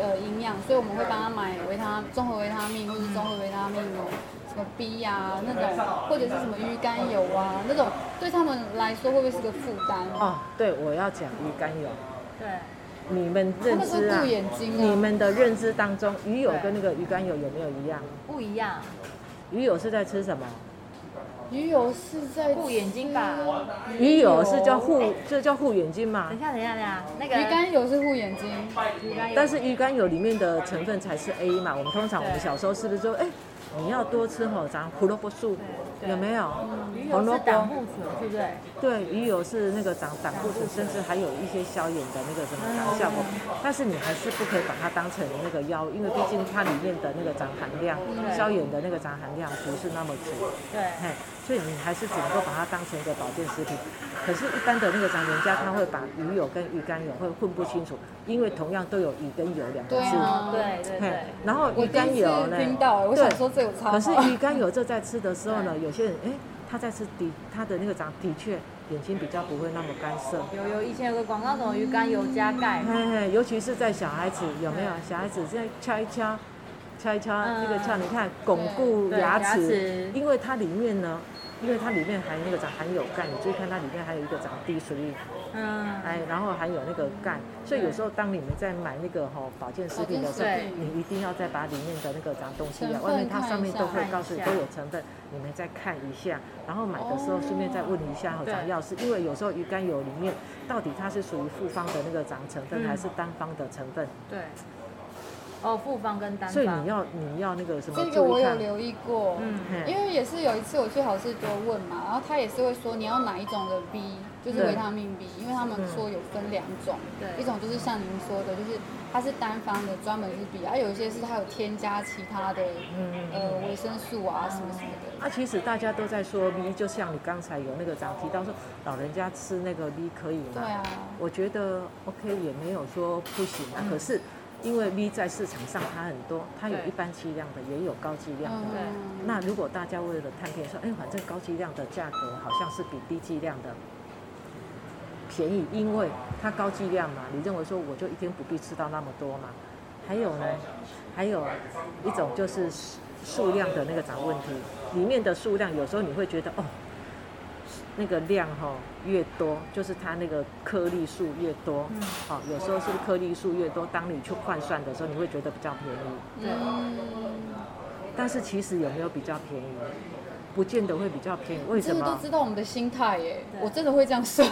S9: 呃营养，所以我们会帮他买维他综合维他命或者综合维他命哦，什么 B 呀、啊那种，或者是什么鱼肝油啊那种，对他们来说会不会是个负担？
S7: 哦，对，我要讲鱼肝油，
S5: 对，
S7: 你们
S9: 他
S7: 认
S9: 们
S7: 知
S9: 是
S7: 啊
S9: 顾，眼睛
S7: 你
S9: 啊，
S7: 们的认知当中，鱼油跟那个鱼肝油有没有一样？
S5: 不一样，
S7: 鱼油是在吃什么？
S9: 鱼油是在
S5: 顾眼睛吧。
S7: 鱼油是叫护，这叫护眼睛嘛
S5: 等一？下，等一下，等一下，那个
S9: 鱼肝油是护眼睛，
S5: 鱼肝
S7: 但是鱼肝油里面的成分才是 A 嘛，我们通常我们小时候是不是说，哎、你要多吃吼，咱胡萝卜素有没有？
S5: 鱼油是胆固醇，对不对？
S7: 对，鱼油是那个长胆固醇，甚至还有一些消炎的那个什么
S9: 嗯
S7: 长效果，但是你还是不可以把它当成那个药，因为毕竟它里面的那个长含量、消炎的那个长含量不是那么足，
S5: 对，
S7: 嘿，所以你还是只能够把它当成一个保健食品。可是，一般的那个长人家他会把鱼油跟鱼肝油会混不清楚，因为同样都有鱼跟油两个
S9: 对
S7: 字。
S9: 啊，
S5: 对对
S7: 嘿
S5: 对，
S7: 然后
S9: 我
S7: 鱼
S9: 第
S7: 肝
S9: 一
S7: 油
S9: 次
S7: 呢？
S9: 听到、哎，我
S7: 对
S9: 想说这有差吗？
S7: 可是
S5: 哦
S7: 鱼肝油这在吃的时 候呢，有些人哎，他在吃的他的那个长的确眼睛比较不会那么干涩。
S5: 有有以前有个广告什么鱼肝油加钙，
S7: 嘿嘿，尤其是在小孩子有没有？小孩子在敲一敲，敲一敲
S5: 嗯
S7: 那个敲，你看巩固
S5: 对
S7: 牙
S5: 牙
S7: 齿
S5: 齿，
S7: 因为它里面呢，因为它里面含那个长含有钙，你注意看它里面还有一个长低水率，
S5: 嗯，
S7: 哎，然后还有那个钙，所以有时候当你们在买那个吼、保健食品的时候
S5: 保健食，
S7: 你一定要再把里面的那个脏东西
S9: 成
S7: 啊，
S9: 分
S7: 外面它上面都会
S5: 看一下
S7: 告诉你都有成分，你们再看一下，然后买的时候顺便再问一下吼、
S9: 哦
S7: 长药师，因为有时候鱼肝油里面到底它是属于复方的那个长成
S5: 嗯
S7: 分，还是单方的成分，
S5: 对。哦，复方跟单
S7: 所以你
S5: 方，
S7: 要你要那个什么
S9: 这个
S7: 注
S9: 我
S7: 意
S9: 有
S7: 看，
S9: 留意过，
S5: 嗯
S7: 嘿
S9: 因为也是有一次我去好事多问嘛，然后他也是会说你要哪一种的 B，就是
S7: 对
S9: 维他命 B，因为他们说有分两种，
S5: 对
S9: 一种就是像您说的，就是它是单方的，专门是 B，啊，有一些是它有添加其他的
S5: 嗯
S9: 呃维生素啊什么什么的，
S7: 啊，其实大家都在说 V，就像你刚才有那个长提到说老人家吃那个 V 可以吗？
S9: 对啊，
S7: 我觉得 OK 也没有说不行啊，可是因为 V 在市场上它很多，它有
S5: 对
S7: 一般剂量的，也有高剂
S5: 啊
S7: 量的。
S9: 嗯，
S7: 那如果大家为了探店说，哎，反正高剂量的价格好像是比低剂量的便宜，因为它高剂量嘛，你认为说我就一天不必吃到那么多嘛？还有呢，还有一种就是数数量的那个长问题，里面的数量有时候你会觉得哦，那个量哈、越多，就是它那个颗粒数越多，
S9: 嗯
S7: 好、有时候是颗粒数越多，当你去换算的时候，你会觉得比较便宜。但是其实有没有比较便宜？不见得会比较便宜。为什
S9: 真的都
S7: 么？
S9: 知道我们的心态耶，我真的会这样算。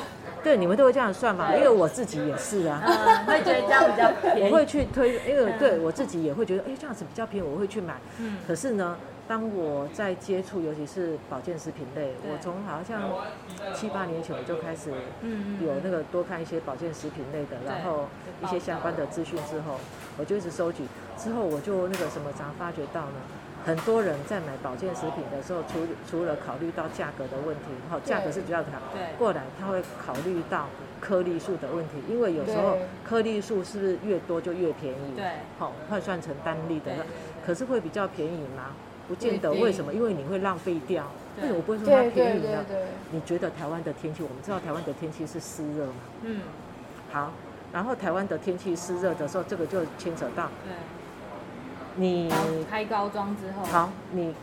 S7: 对，你们都会这样算嘛？因为我自己也是啊。
S5: 嗯，会觉得这样比较便
S7: 我
S5: 宜。嗯
S7: 会去推，因为对我自己也会觉得，哎，这样子比较便宜，我会去买。可是呢，当我在接触，尤其是保健食品类，我从好像七八年前我就开始
S5: 嗯
S7: 有那个多看一些保健食品类的，然后一些相关的资讯之后，我就一直收集。之后我就那个什么，常发觉到呢。很多人在买保健食品的时候，除除了考虑到价格的问题，好，价格是主要考，过来他会考虑到颗粒数的问题，因为有时候
S9: 对
S7: 颗粒数是不是越多就越便宜？
S5: 对，
S7: 好、换算成单粒的
S5: 对对，
S7: 可是会比较便宜吗？不见得，
S9: 不一定
S7: 为什么？因为你会浪费掉。
S5: 对
S7: 为什么不会说它
S9: 对
S7: 便
S9: 对
S7: 宜呢
S9: 对？对，
S7: 你觉得台湾的天气？我们知道台湾的天气是湿热嘛？
S5: 嗯，
S7: 好，然后台湾的天气湿热的时候，这个就牵扯到
S5: 对。
S7: 你
S5: 开高装之后，
S7: 好，你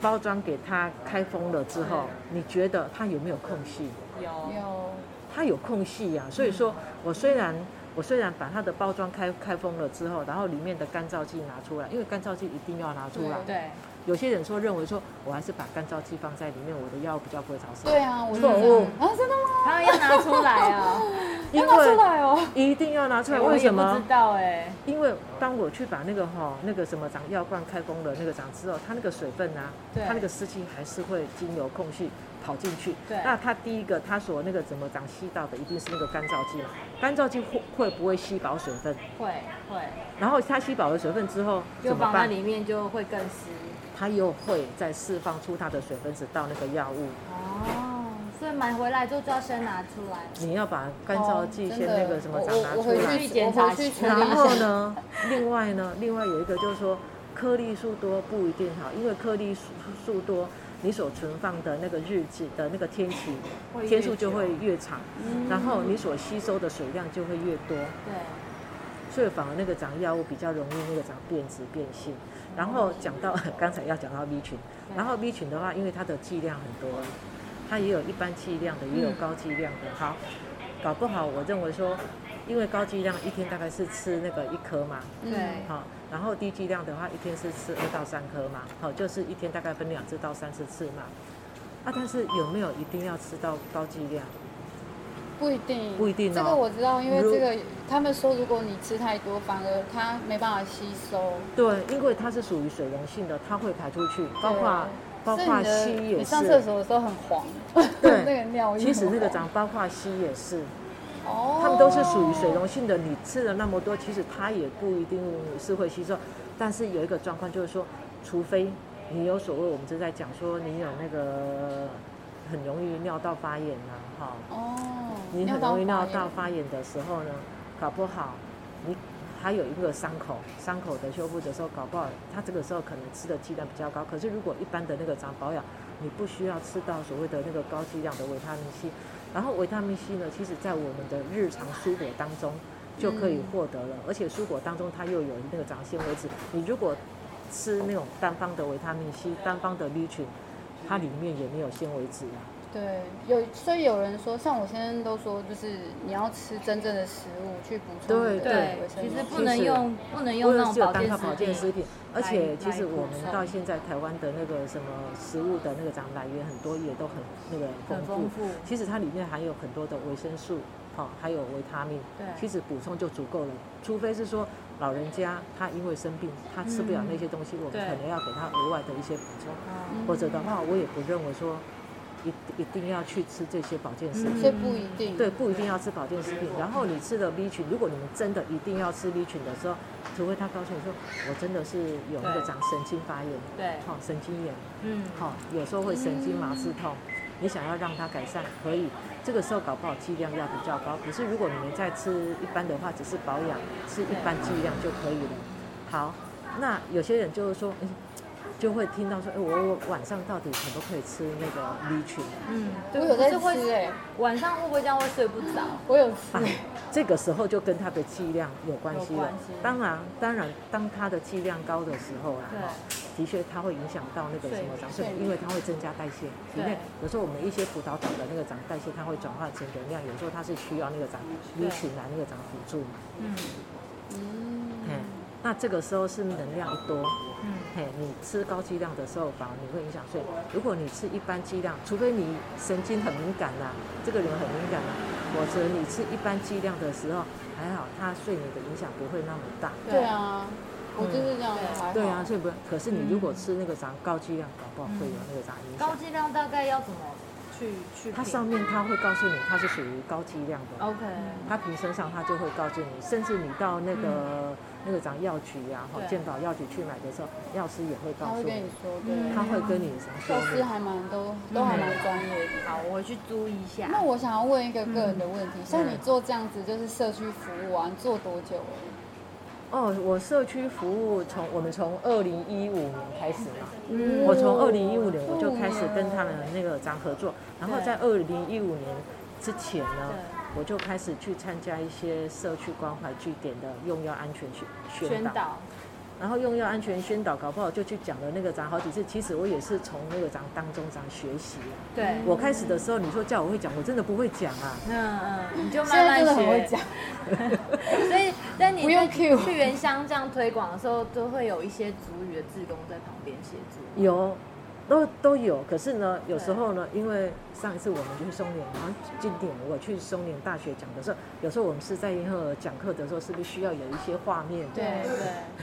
S7: 包装给它开封了之后，你觉得它有没有空隙？哦
S5: 有
S9: 有
S7: 它有空隙
S5: 嗯
S7: 呀、所以说我虽然我虽然把它的包装开开封了之后，然后里面的干燥剂拿出来，因为干燥剂一定要拿出来。
S5: 对，
S7: 有些人说认为说我还是把干燥剂放在里面，我的药比较不会潮湿。
S9: 对啊，我就
S7: 错
S9: 这
S7: 误
S9: 样啊，真的吗？
S5: 他要拿出来啊！
S7: 因
S9: 要拿出
S7: 为
S9: 来哦。
S7: 一定要拿出来，
S5: 我
S7: 为
S5: 也
S7: 什
S5: 不知
S7: 么？
S5: 道哎，
S7: 因为当我去把那个哈、那个什么长药罐开封了那个长之后，它那个水分啊，
S5: 对
S7: 它那个湿气还是会经由空隙跑进去。
S5: 对
S7: 那它第一个它所那个怎么长吸到的一定是那个干燥剂嘛？干燥剂会会不会吸饱水分？
S5: 会会，
S7: 然后它吸饱了水分之后
S5: 就
S7: 怎么
S5: 放在
S7: 办？
S5: 里面就会更湿。
S7: 它又会再释放出它的水分子到那个药物。
S5: 哦，所以买回来之后就要先拿出来。
S7: 你要把干燥剂
S9: 哦真
S7: 先那个
S9: 的
S7: 什，么
S9: 我
S7: 长拿
S9: 我我
S7: 出
S9: 回
S7: 来。
S5: 去
S9: 去
S5: 检
S9: 我
S5: 查
S9: 回去
S5: 一
S9: 处
S5: 下
S9: 理
S7: 然
S9: 一
S7: 后
S9: 下。
S7: 呢，另外呢，另外有一个就是说，颗粒数多不一定好，因为颗粒数数多，你所存放的那个日子的那个天期天数就会越长，然后你所吸收的水量就会越多。
S5: 对，
S7: 所以反而那个长药物比较容易那个长变质变性。然后讲到 刚才要讲到 B 群，然后 B 群的话，因为它的剂量很多，它也有一般剂量的，也有高剂量的。好，搞不好我认为说，因为高剂量一天大概是吃那个一颗嘛，
S9: 嗯
S5: 对
S7: 好，然后低剂量的话一天是吃二到三颗嘛，好，就是一天大概分两次到三四次嘛。啊，但是有没有一定要吃到高剂量？
S9: 不一定，
S7: 不一定哦
S9: 这个我知道，因为
S7: 如
S9: 这个他们说，如果你吃太多，反而它没办法吸收。
S7: 对，因为它是属于水溶性的，它会排出去，包括包
S9: 所以
S7: 括
S9: 你的
S7: 硒也
S9: 你上厕
S7: 是。
S9: 所的时候很黄，
S7: 对
S9: 那个尿液。
S7: 其实那个长包括硒也是，
S9: 哦，
S7: 它们都是属于水溶性的。你吃了那么多，其实它也不一定是会吸收。但是有一个状况就是说，除非你有所谓，我们正在讲说你有那个很容易尿道发炎啊，哈、
S9: 哦，
S7: 你很容易
S9: 尿
S7: 尿
S9: 道
S7: 道
S9: 发
S7: 发炎的时候呢，搞不好你还有一个伤口，伤口的修复的时候，搞不好它这个时候可能吃的剂量比较高。可是如果一般的那个长保养，你不需要吃到所谓的那个高剂量的维他命 C。然后维他命 C 呢，其实在我们的日常蔬果当中就可以获得
S5: 嗯
S7: 了，而且蔬果当中它又有那个长纤维质。你如果吃那种单方的维他命 C、单方的 B 群，它里面也没有纤维质啊。
S9: 炎。对，有所以有人说，像我先生都说，就是你要吃真正的食物去补充
S7: 对
S9: 你的
S5: 对
S9: 维，生
S5: 其实
S9: 素。
S5: 不能用不能
S7: 不
S5: 用那
S7: 能
S5: 种
S7: 只有
S5: 保
S7: 单
S5: 健
S7: 靠
S5: 食
S7: 保健食
S5: 品。
S7: 品，而且其实我
S5: 来
S7: 们
S5: 补充
S7: 到现在台湾的那个什么食物的那个长来源很多也都很那个
S5: 很
S7: 丰
S5: 丰
S7: 富
S5: 富，
S7: 其实它里面含有很多的维生素，好、还有维他命，
S5: 对
S7: 其实补充就足够了。除非是说老人家他因为生病，他吃不了那些东西，我们
S5: 嗯对嗯
S7: 可能要给他额外的一些补充，或者的话，我也不认为说一一定要去吃这些保健食
S5: 嗯
S7: 品。
S9: 所以不一定。
S7: 对，不一定要吃保健食品。然后你吃了 B 群，如果你们真的一定要吃 B 群的时候，除非他告诉你说，我真的是有那个
S5: 对
S7: 长神经发炎，
S5: 对，
S7: 好、神经炎，
S5: 嗯，
S7: 好、有时候会神经麻刺痛，你想要让它改善，可以。这个时候搞不好剂量要比较高，可是如果你们在吃一般的话，只是保养，吃一般剂量就可以了。好，那有些人就是说，嗯就会听到说，哎，我我晚上到底可不可以吃那个 B 群？
S9: 我有在
S5: 可是会
S9: 吃哎、
S5: 晚上会不会这样会睡不着？
S9: 我有吃。
S7: 啊，这个时候就跟它的剂量有关系
S5: 嗯有
S7: 了
S5: 关系。
S7: 当然，当然，当它的剂量高的时候啊，
S5: 对
S7: 哈的确它会影响到那个什么长睡眠，因为它会增加代谢。
S5: 对
S7: 里面有时候我们一些葡萄糖的那个长代谢，它会转化成能量，有时候它是需要那个长
S5: 对
S7: B 群来那个长辅助嘛。
S5: 嗯
S7: 嗯，那这个时候是能量一多，
S5: 嗯，
S7: 嘿，你吃高剂量的时候，反而你会影响睡。如果你吃一般剂量，除非你神经很敏感啦、啊这个人很敏感啦、啊否则你吃一般剂量的时候，还好，它睡眠的影响不会那么大。
S9: 对啊，我就是这样，还好
S7: 对啊，，所以不，可是你如果吃那个啥高剂量，搞不好会有那个啥影响
S5: 高。剂量大概要怎么去去？
S7: 它上面它会告诉你，它是属于高剂量的。
S5: OK，
S7: 它瓶身上它就会告诉你，甚至你到那个、那个长药局嗯啊，哈，
S5: 对
S7: 健保药局去买的时候，药师也会
S9: 他
S7: 告
S9: 会
S7: 诉
S9: 跟
S7: 你
S9: 你，
S5: 啊
S9: 说，对，
S7: 他会跟你什么
S9: 寿司
S7: 说？
S9: 嗯还蛮都都还蛮专业的。
S5: 嗯好，我去注意一下。嗯
S9: 那我想要问一个个人的问题，像你做这样子就是社区服务啊，你做多久了？
S7: 哦，我社区服务从我们从二零一五年开始嘛，我从二零一五年我就开始跟他们那个长合作，然后在二零一五年之前呢，我就开始去参加一些社区关怀据点的用药安全宣宣导。然后用药安全宣导，搞不好就去讲了那个咱好几次。其实我也是从那个咱当中咱学习啊、
S5: 对，
S7: 我开始的时候，你说叫我会讲，我真的不会讲啊。
S5: 嗯嗯，你就
S9: 现
S5: 慢
S9: 在
S5: 慢
S9: 真的很会
S5: 学。
S9: 讲，
S5: 所以，但你
S9: 不用
S5: 在
S9: cue
S5: 去原乡这样推广的时候，都会有一些族语的志工在旁边协助。
S7: 有，都都有。可是呢，有时候呢，因为上一次我们去松联，然后今年我去松联大学讲的时候，有时候我们是在银河讲课的时候，是不是需要有一些画面？
S5: 对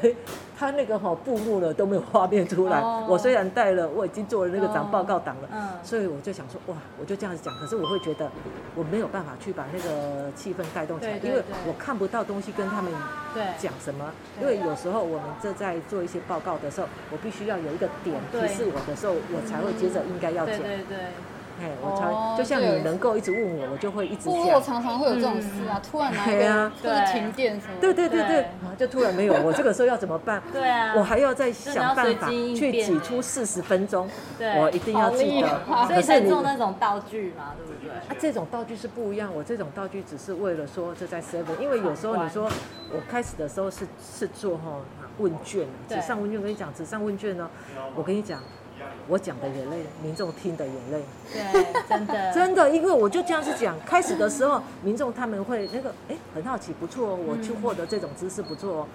S5: 对，
S7: 他那个哈、布幕了都没有画面出来。
S5: 哦
S7: 我虽然带了，我已经做了那个长
S5: 哦
S7: 报告档了。
S5: 嗯，
S7: 所以我就想说，哇，我就这样子讲，可是我会觉得我没有办法去把那个气氛带动起来，
S5: 对对
S7: 因为
S5: 对
S7: 我看不到东西跟他们
S5: 对，
S7: 讲什么。因
S5: 对
S7: 为有时候我们这在做一些报告的时候，我必须要有一个点
S5: 对
S7: 提示我的时候，我才会接着应该要讲
S5: 对。对对，
S7: 嘿，我才
S9: 哦
S7: 就像
S9: 对
S7: 你能够一直问我，我就会一直
S9: 部落
S7: 讲。
S9: 常常会有这种事啊，突然来一
S7: 对
S9: 个
S7: 啊
S9: 或者停电什么的，
S7: 对对对
S5: 对
S7: 对，啊就突然没有，我这个时候要怎么 办？
S5: 对啊
S7: 我还要再想办法
S5: 就你要随机应
S7: 去
S5: 变
S7: 挤出四十分钟，
S5: 对
S7: 我一定要记得。
S5: 所以
S7: 可
S5: 才
S7: 是你
S5: 做那种道具嘛，对不对？
S7: 啊，这种道具是不一样。我这种道具只是为了说这在 seven，因为有时候你说我开始的时候是是做哈问卷，
S5: 对
S7: 纸上问卷，跟你讲纸上问卷呢，我跟你讲。我讲的眼泪，民众听的眼泪，
S5: 对， 真的，
S7: 真的，因为我就这样子讲。开始的时候，民众他们会那个，哎，很好奇，不错哦，我去
S5: 嗯
S7: 获得这种知识不错哦。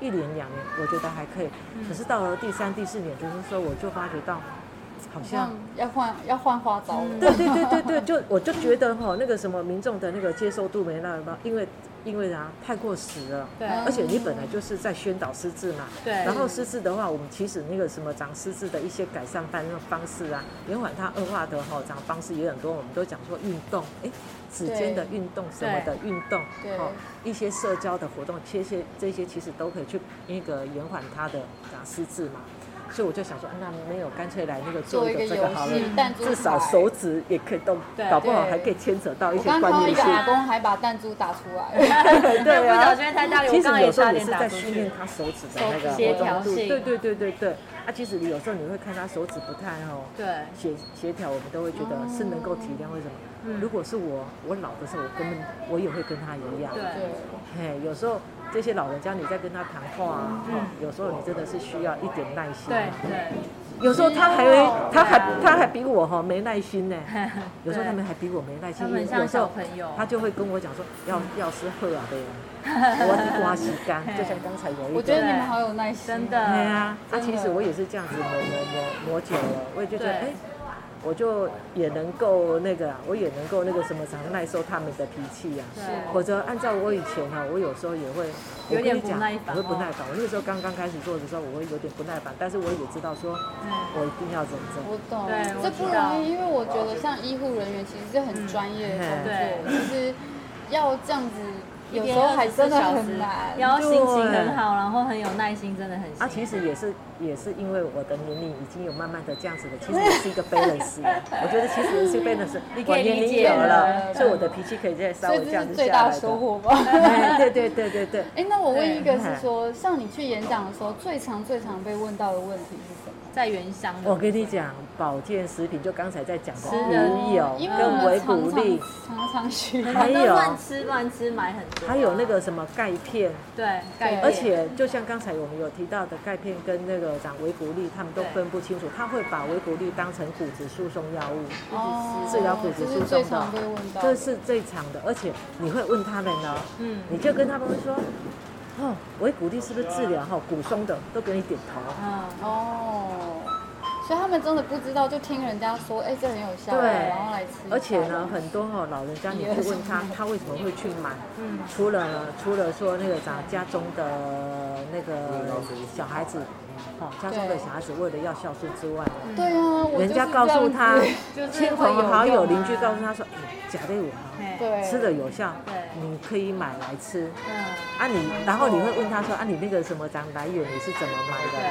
S7: 一年两年，我觉得还可以，
S5: 嗯
S7: 可是到了第三、第四年，就是说，我就发觉到，好像
S9: 像要换要换花招了。
S7: 对对对对对，就我就觉得哈，那个什么民众的那个接受度没那么高，因为因为啊太过时了。
S5: 对
S7: 而且你本来就是在宣导失智嘛，
S5: 对
S7: 然后失智的话，我们其实那个什么长失智的一些改善方方式啊，延缓它恶化的哈、长方式也很多，我们都讲说运动，哎，指尖的运动什么的运动，
S9: 对
S7: 哦，一些社交的活动，这些这些其实都可以去那个延缓它的长失智嘛。所以我就想说，那没有，干脆来那个做
S9: 做
S7: 一
S9: 一个
S7: 个这
S9: 游
S7: 个好了
S9: 戏，，弹珠
S7: 嗯至少
S9: 牌
S7: 手指也可以动
S5: 对，
S7: 搞不好
S9: 对
S7: 还可以牵扯到一
S9: 我
S7: 些
S9: 刚
S7: 关
S9: 看到一
S7: 联
S9: 个
S7: 性。
S9: 阿公还把弹珠打出来，
S7: 对
S5: 不小
S7: 啊，
S5: 心太大力，我刚
S7: 其实
S5: 刚也
S7: 有时候
S5: 差
S7: 也
S5: 点
S7: 是
S5: 打
S7: 在
S5: 出
S7: 训
S5: 去
S7: 练。他手指的那个
S5: 协
S7: 活动
S5: 调
S7: 度
S5: 性
S7: 对对对对对。啊，其实有时候你会看他手指不太哦，
S5: 对，
S7: 协协调，我们都会觉
S5: 嗯
S7: 得是能够体谅。为什么？如果是我，我老的时候，我根本我也会跟他一样。
S5: 对，
S7: 嘿，有时候这些老人家你在跟他谈话啊，哦有时候你真的是需要一点耐
S5: 嗯
S7: 心。啊
S5: 对对，
S7: 有时候他还他还他还比我哈没耐 心呢，有时候他们还比我没耐心，
S5: 他们像
S7: 有时
S5: 小
S7: 候
S5: 朋友，
S7: 他就会跟我讲说
S5: 嗯
S7: 要要是喝啊的， 我是刮洗干，就像刚才有一
S9: 我
S7: 个
S9: 觉得你们好有耐心，
S5: 真
S7: 对
S5: 的，
S7: 啊，那、其实我也是这样子磨磨磨磨久了，我也就觉得
S5: 对
S7: 哎、我就也能够那个啊，我也能够那个什么，常耐受他们的脾气啊。
S5: 对
S7: 否则按照我以前哈、我有时候也会
S5: 有点
S7: 我跟你讲
S5: 不耐烦
S7: 我会不
S5: 哦
S7: 耐烦。我那个时候刚刚开始做的时候，我会有点不耐烦，但是我也知道说，我一定要忍着。
S9: 我懂
S5: 对嗯我，
S9: 这不
S5: 知道
S9: 容易，因为我觉得像医护人员其实是很专业的工
S5: 嗯
S9: 作，就是要这样子，有时候还真的很难。
S5: 然后心情很好，然后很有耐心，真的很
S7: 啊，其实也是也是因为我的年龄已经有慢慢的这样子了，其实也是一个 balance 啊。我觉得其实是 balance，
S5: 你可
S7: 我
S5: 以
S7: 年
S5: 理
S7: 龄
S5: 解
S7: 有
S5: 了
S7: 了，所以我的脾气可以再稍
S9: 所
S7: 微
S9: 以
S7: 这
S9: 这
S7: 样
S9: 是
S7: 子
S9: 最
S7: 下
S9: 大
S7: 来
S9: 的
S7: 的。
S9: 收获吧。
S7: 哎对对对对 对。
S9: 哎、那我问一个是说，像你去演讲的时候，最常最常被问到的问题是什么？
S5: 在原乡的
S7: 哎我跟你讲，保健食品就刚才在讲的
S5: 的
S7: 鱼油
S9: 因为我
S7: 跟维
S9: 们
S7: 骨
S9: 常
S7: 力
S9: 常，常常去，
S7: 还
S5: 都
S7: 有
S5: 乱吃乱吃买很多，啊
S7: 还有那个什么钙片，
S5: 对，
S9: 对
S7: 而且就像刚才我们有提到的钙片跟那个讲维骨力，他们都
S5: 对
S7: 分不清楚，他会把维骨力当成骨质疏松药物。
S9: 哦
S7: 治疗骨质
S9: 这
S7: 疏
S9: 是
S7: 松
S9: 最
S7: 的
S9: 常被问到的。
S7: 这是最长的，而且你会问他们呢，
S5: 嗯
S7: 你就跟他们说，哦，维骨力是不是治疗哈骨松的，都给你点头。
S9: 哦，所以他们真的不知道，就听人家说，哎、这很有效，
S7: 对
S9: 然后来吃一下。
S7: 而且呢，很多哈、老人家，你去问他，他为什么会去买？嗯，除了呢，除了说那个啥，家中的那个小孩子，哦，家中的
S9: 对
S7: 小孩子为了要孝顺之外，
S9: 对啊，我
S7: 人
S9: 就
S7: 家
S9: 是
S7: 告
S9: 这
S7: 诉
S9: 样
S7: 他
S9: 子，
S7: 亲朋好友、邻居告诉他说，哎假的有
S5: 哎
S7: 效，
S9: 对，
S7: 吃的有效，
S5: 对
S7: 你可以买来吃。
S5: 嗯，
S7: 啊你，然后你会问他说啊，你那个什么长来源你是怎么买的？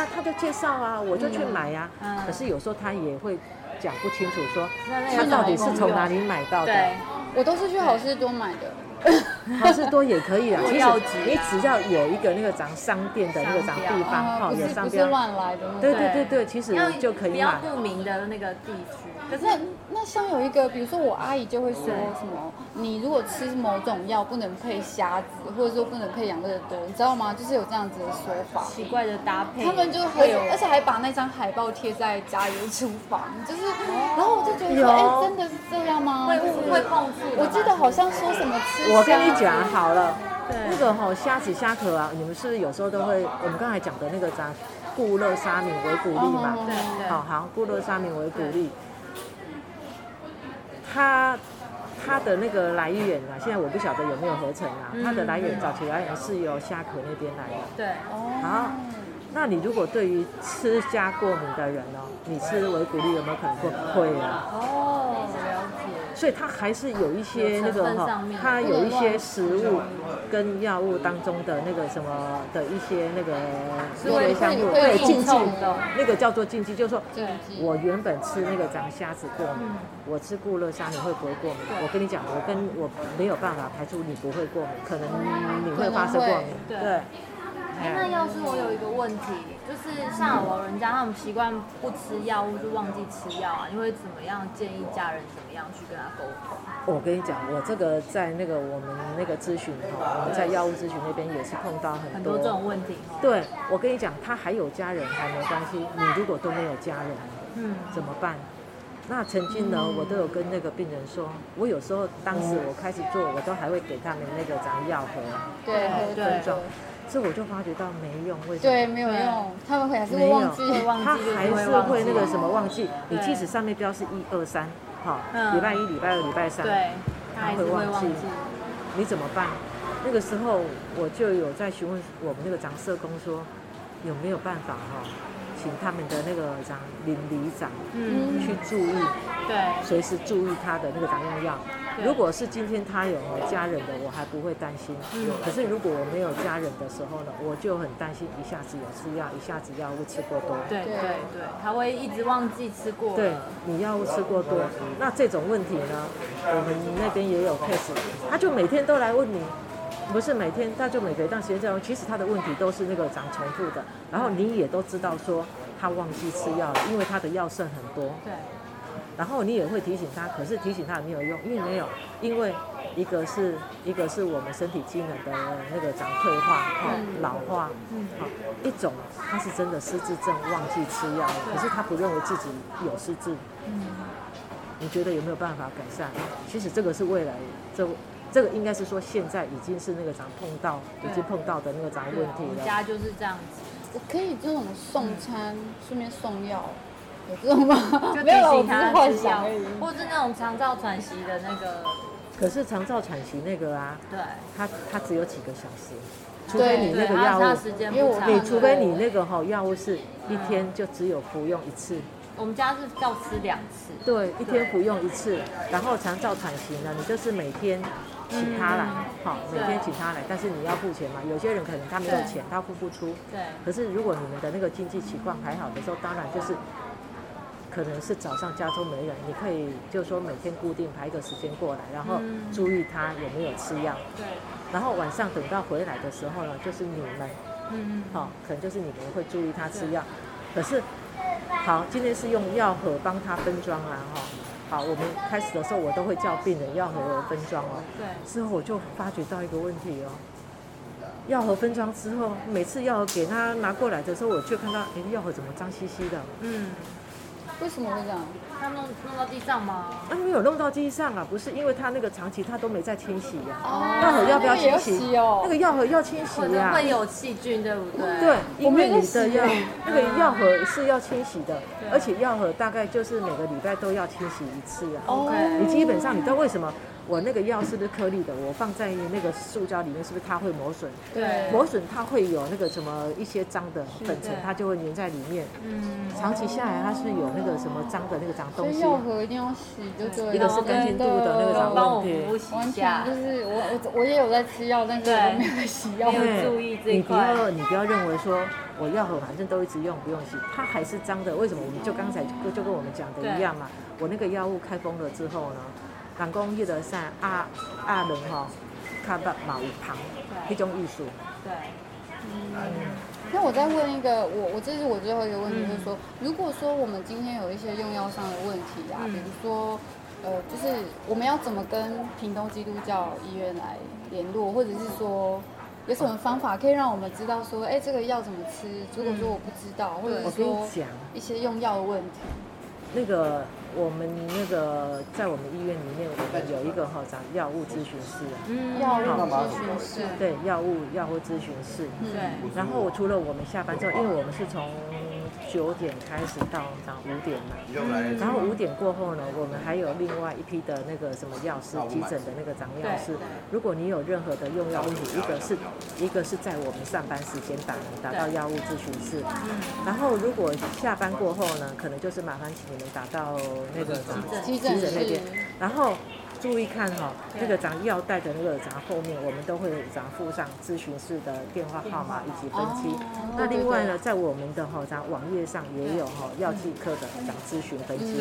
S7: 啊，他就介绍啊，我就去买呀、
S5: 嗯嗯
S7: 可是有时候他也会讲不清楚说，
S9: 那
S7: 他
S9: 个
S7: 到底
S9: 哪
S7: 是
S9: 一
S7: 从
S9: 个
S7: 哪里买到的？
S5: 对，
S9: 我都是去好事多买的。
S7: 好事多也可以啊。其实
S5: 药局
S7: 你
S5: 啊
S7: 只要有一个那个长商店的那个长地 方
S9: 啊
S7: 哈，
S9: 不
S7: 有
S9: 是
S7: 商
S9: 不是
S7: 标，
S9: 乱来的那种。
S7: 对对对对，其实
S5: 要
S7: 就可
S5: 不
S7: 以
S5: 要
S7: 买。哎
S5: 不明的那个地区，可是
S9: 那那像有一个，比如说我阿姨就会说什么，你如果吃某种药不能配虾子，或者说不能配养乐多，你知道吗？就是有这样子的说法。
S5: 奇怪的搭配，
S9: 他们就
S5: 会
S9: 会
S5: 有，
S9: 而且还把那张海报贴在家里的厨房， 就是，然后我就觉得说，哎，真的是这样吗？
S5: 会
S9: 就是
S5: 会碰触的嘛，
S9: 我记得好像说什么吃，
S7: 我跟你讲，好了，那个哈、虾子虾壳啊，你们是不是有时候都会？我们刚才讲的那个咱固乐沙米维骨力嘛，
S9: 哦对
S5: 对
S7: 好好固乐沙米维骨力，它它的那个来源啊，现在我不晓得有没有合成啊，它的来源早期来源是由虾壳那边来的。
S5: 对，
S7: 好，那你如果对于吃虾过敏的人哦，你吃维骨力有没有可能会会啊？
S5: 哦，了解，
S7: 所以它还是有一些那个
S5: 有成分
S7: 哈
S5: 上面，
S7: 它有一些食物跟药物当中的那个什么的一些那个化学项目，
S9: 会会
S7: 对
S9: 有
S7: 禁忌
S9: 冲动，
S7: 那个叫做禁忌，就是说
S9: 对，
S7: 我原本吃那个长虾子过
S5: 嗯
S7: 敏，我吃固乐虾你会不会过敏？我跟你讲，我跟我没有办法排除你不会过敏，可能你会发生过敏，
S5: 可能会
S7: 对。
S5: 哎那要是我有一个问题，就是像老人家他们习惯不吃药物，就忘记吃药啊，你会怎么样建议家人怎么样去跟他沟通？
S7: 我跟你讲，我这个在那个我们那个咨询哈，我们在药物咨询那边也是碰到
S5: 很多这种问题哦，
S7: 对，我跟你讲，他还有家人还没关系，你如果都没有家人，嗯，怎么办？那曾经呢，
S5: 嗯
S7: 我都有跟那个病人说，我有时候当时我开始做，我都还会给他们那个咱药盒
S9: 对
S7: 分
S9: 对
S7: 装，这我就发觉到没用，为什么？
S9: 对，没有用，他们会还是
S7: 没
S9: 会
S7: 有
S9: 忘记，
S7: 他还是会那个什么忘记，你即使上面标示一二三，好，礼拜一、礼拜二、礼拜三，
S5: 对，他
S7: 他
S5: 还
S7: 会
S5: 是会
S7: 忘
S5: 忘
S7: 记
S5: 记，，
S7: 你怎么办？那个时候我就有在询问我们那个长社工说，有没有办法哈、请他们的那个长邻里长
S5: 嗯，
S7: 去注意，
S5: 对，
S7: 随时注意他的那个长用药。
S5: 对
S7: 如果是今天他有哦家人的，我还不会担心。
S5: 嗯
S7: 可是如果我没有家人的时候呢，我就很担心，一下子有吃药，一下子药物吃过多。
S5: 对对对，他会一直忘记吃过
S7: 对
S5: 了，，
S7: 你药物吃过多，那这种问题呢，我们那边也有 case，他就每天都来问你，不是每天，他就每隔一段时间这样，其实他的问题都是那个长重复的，然后你也都知道说他忘记吃药了，因为他的药剩很多，
S5: 对
S7: 然后你也会提醒他，可是提醒他也没有用，因为没有，因为一个是一个是我们身体机能的那个长退化、哈、老化，嗯，好、一种他是真的失智症，忘记吃药了，可是他不认为自己有失智，嗯，你觉得有没有办法改善？其实这个是未来这。这个应该是说，现在已经是那个长碰到，
S5: 对
S7: 已经碰到的那个长问
S5: 对，
S7: 题
S5: 我们
S7: 了。
S5: 家就是这样子，
S9: 我可以这种送餐，顺便送药，有这种吗
S5: 就？提
S9: 没有啦，我只
S5: 醒
S9: 是
S5: 他
S9: 幻
S5: 吃
S9: 想
S5: 药
S9: 而已。，
S5: 或是那种长照喘息的那个，
S7: 可是长照喘息那个啊，
S5: 对，
S7: 它它只有几个小时，除
S9: 对
S7: 非你
S5: 对，
S7: 那个
S5: 他
S7: 药
S5: 他
S7: 物，
S5: 时间
S9: 因为
S5: 不
S9: 我
S5: 长
S9: 看
S7: 你
S9: 了，
S7: 除非你那个哈、药物是一天就只有服用一次，
S5: 我们家是要吃两次，
S7: 对，一天服用一次，然后长照产型呢，你就是每天请他来，
S5: 嗯
S7: 好、每天请他来，但是你要付钱嘛。有些人可能他没有钱，他付不出。
S5: 对
S7: 可是如果你们的那个经济情况还好的时候，当然就是可能是早上家中没人，你可以就是说每天固定排一个时间过来，然后注意他有没有吃药。
S5: 嗯对，
S7: 然后晚上等到回来的时候呢，就是你们，嗯，好、可能就是你们会注意他吃药，可是，好，今天是用药盒帮他分装啦，哈、好，我们开始的时候我都会叫病人药盒分装哦，
S5: 对，
S7: 之后我就发觉到一个问题哦，药盒分装之后，每次药盒给他拿过来的时候，我就看到，哎，药盒怎么脏兮兮的？
S5: 嗯，
S9: 为什么会这样？
S5: 它弄弄到地上吗？
S7: 啊，没有弄到地上啊，不是因为它那个长期它都没在清洗呀、
S9: 哦
S7: 药盒要不要
S9: 那个也
S7: 清
S9: 有
S7: 洗？
S9: 洗哦
S7: 那个药盒要清洗
S5: 可能
S7: 呀、
S5: 会有细菌，对不对？
S7: 对，因为
S9: 在
S7: 你的
S9: 洗
S7: 药那个药盒是要清洗的，而且药盒大概就是每个礼拜都要清洗一次
S9: 哦
S7: 啊。
S5: ，OK，
S7: 你基本上你知道为什么我那个药是不是颗粒的？我放在那个塑胶里面，是不是它会磨损？
S5: 对，
S7: 磨损它会有那个什么一些脏的粉尘，它就会粘在里面。
S5: 嗯，
S7: 长期下来，它是有那个什么脏的那个脏
S9: 所
S7: 东
S9: 以
S7: 西。
S9: 药盒一定要洗，就对了。
S7: 一个是干净度的那个
S9: 真
S7: 掌
S5: 帮我
S7: 握
S5: 们复
S7: 问题。
S5: 习一
S9: 完全
S5: 下
S9: 就，是我我我也有在吃药，但是我都没有在洗药。
S5: 没有注意这一
S7: 你不
S5: 块
S7: 要你不要认为说我药盒反正都一直用不用洗，它还是脏的。为什么？我们就刚才就就跟我们讲的一样嘛。我那个药物开封了之后呢，人讲迄个啥啊啊人吼，较捌嘛有芳，迄种意思。
S5: 对，
S9: 那我再问一个，我我这是我最后一个问
S7: 嗯
S9: 题，就是说，如果说我们今天有一些用药上的问题
S7: 嗯
S9: 啊，比如说，呃，就是我们要怎么跟屏东基督教医院来联络，或者是说有什么方法可以让我们知道说，哎、这个药怎么吃？如果说我不知道，或者
S7: 我
S9: 是
S7: 跟你
S9: 说
S7: 讲，
S9: 一些用药的问题，
S7: 那个我们那个在我们医院里面，我们有一个哈讲药物咨询室啊，
S9: 药物
S7: 好
S9: 咨询师，
S7: 对，药物药物咨询室。
S9: 嗯，
S7: 然后除了我们下班之后，因为我们是从九点开始到到五点嘛，然后五点过后呢，我们还有另外一批的那个什么药师急诊的那个长药师。如果你有任何的用药问题，一个是一个是在我们上班时间打打到药物咨询室，然后如果下班过后呢，可能就是麻烦请你们打到那个什么
S9: 急诊室
S7: 那边，然后。注意看哈、那个咱药袋的那个咱后面，我们都会咱附上咨询室的电话号码以及分期。
S9: 哦
S7: 那另外呢，在我们的哈、咱网页上也有哈、药剂科的咱咨询分期，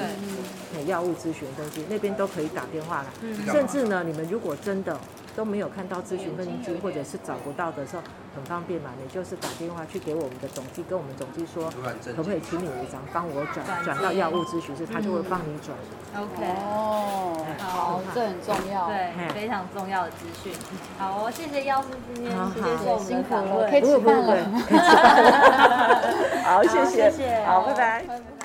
S7: 嗯药物咨询分期那边都可以打电话来。甚至呢，你们如果真的都没有看到咨询分期，或者是找不到的时候，很方便嘛，你就是打电话去给我们的总机，跟我们总机说，可不可以请你一张帮我转嗯转到药物咨询室，他就会帮你转。哎
S5: ，OK。
S9: 哦，好，这很重要。
S5: 对，非常重要的资讯。好哦，谢谢药师今天接受我们
S9: 辛
S5: 的
S9: 苦
S5: 访
S9: 了，
S5: 问
S9: 可以。吃
S7: 不会
S9: 饭
S7: 不
S9: 了。
S7: 会可以吃饭了好，谢
S5: 好谢谢
S7: 好，拜拜。
S5: 拜拜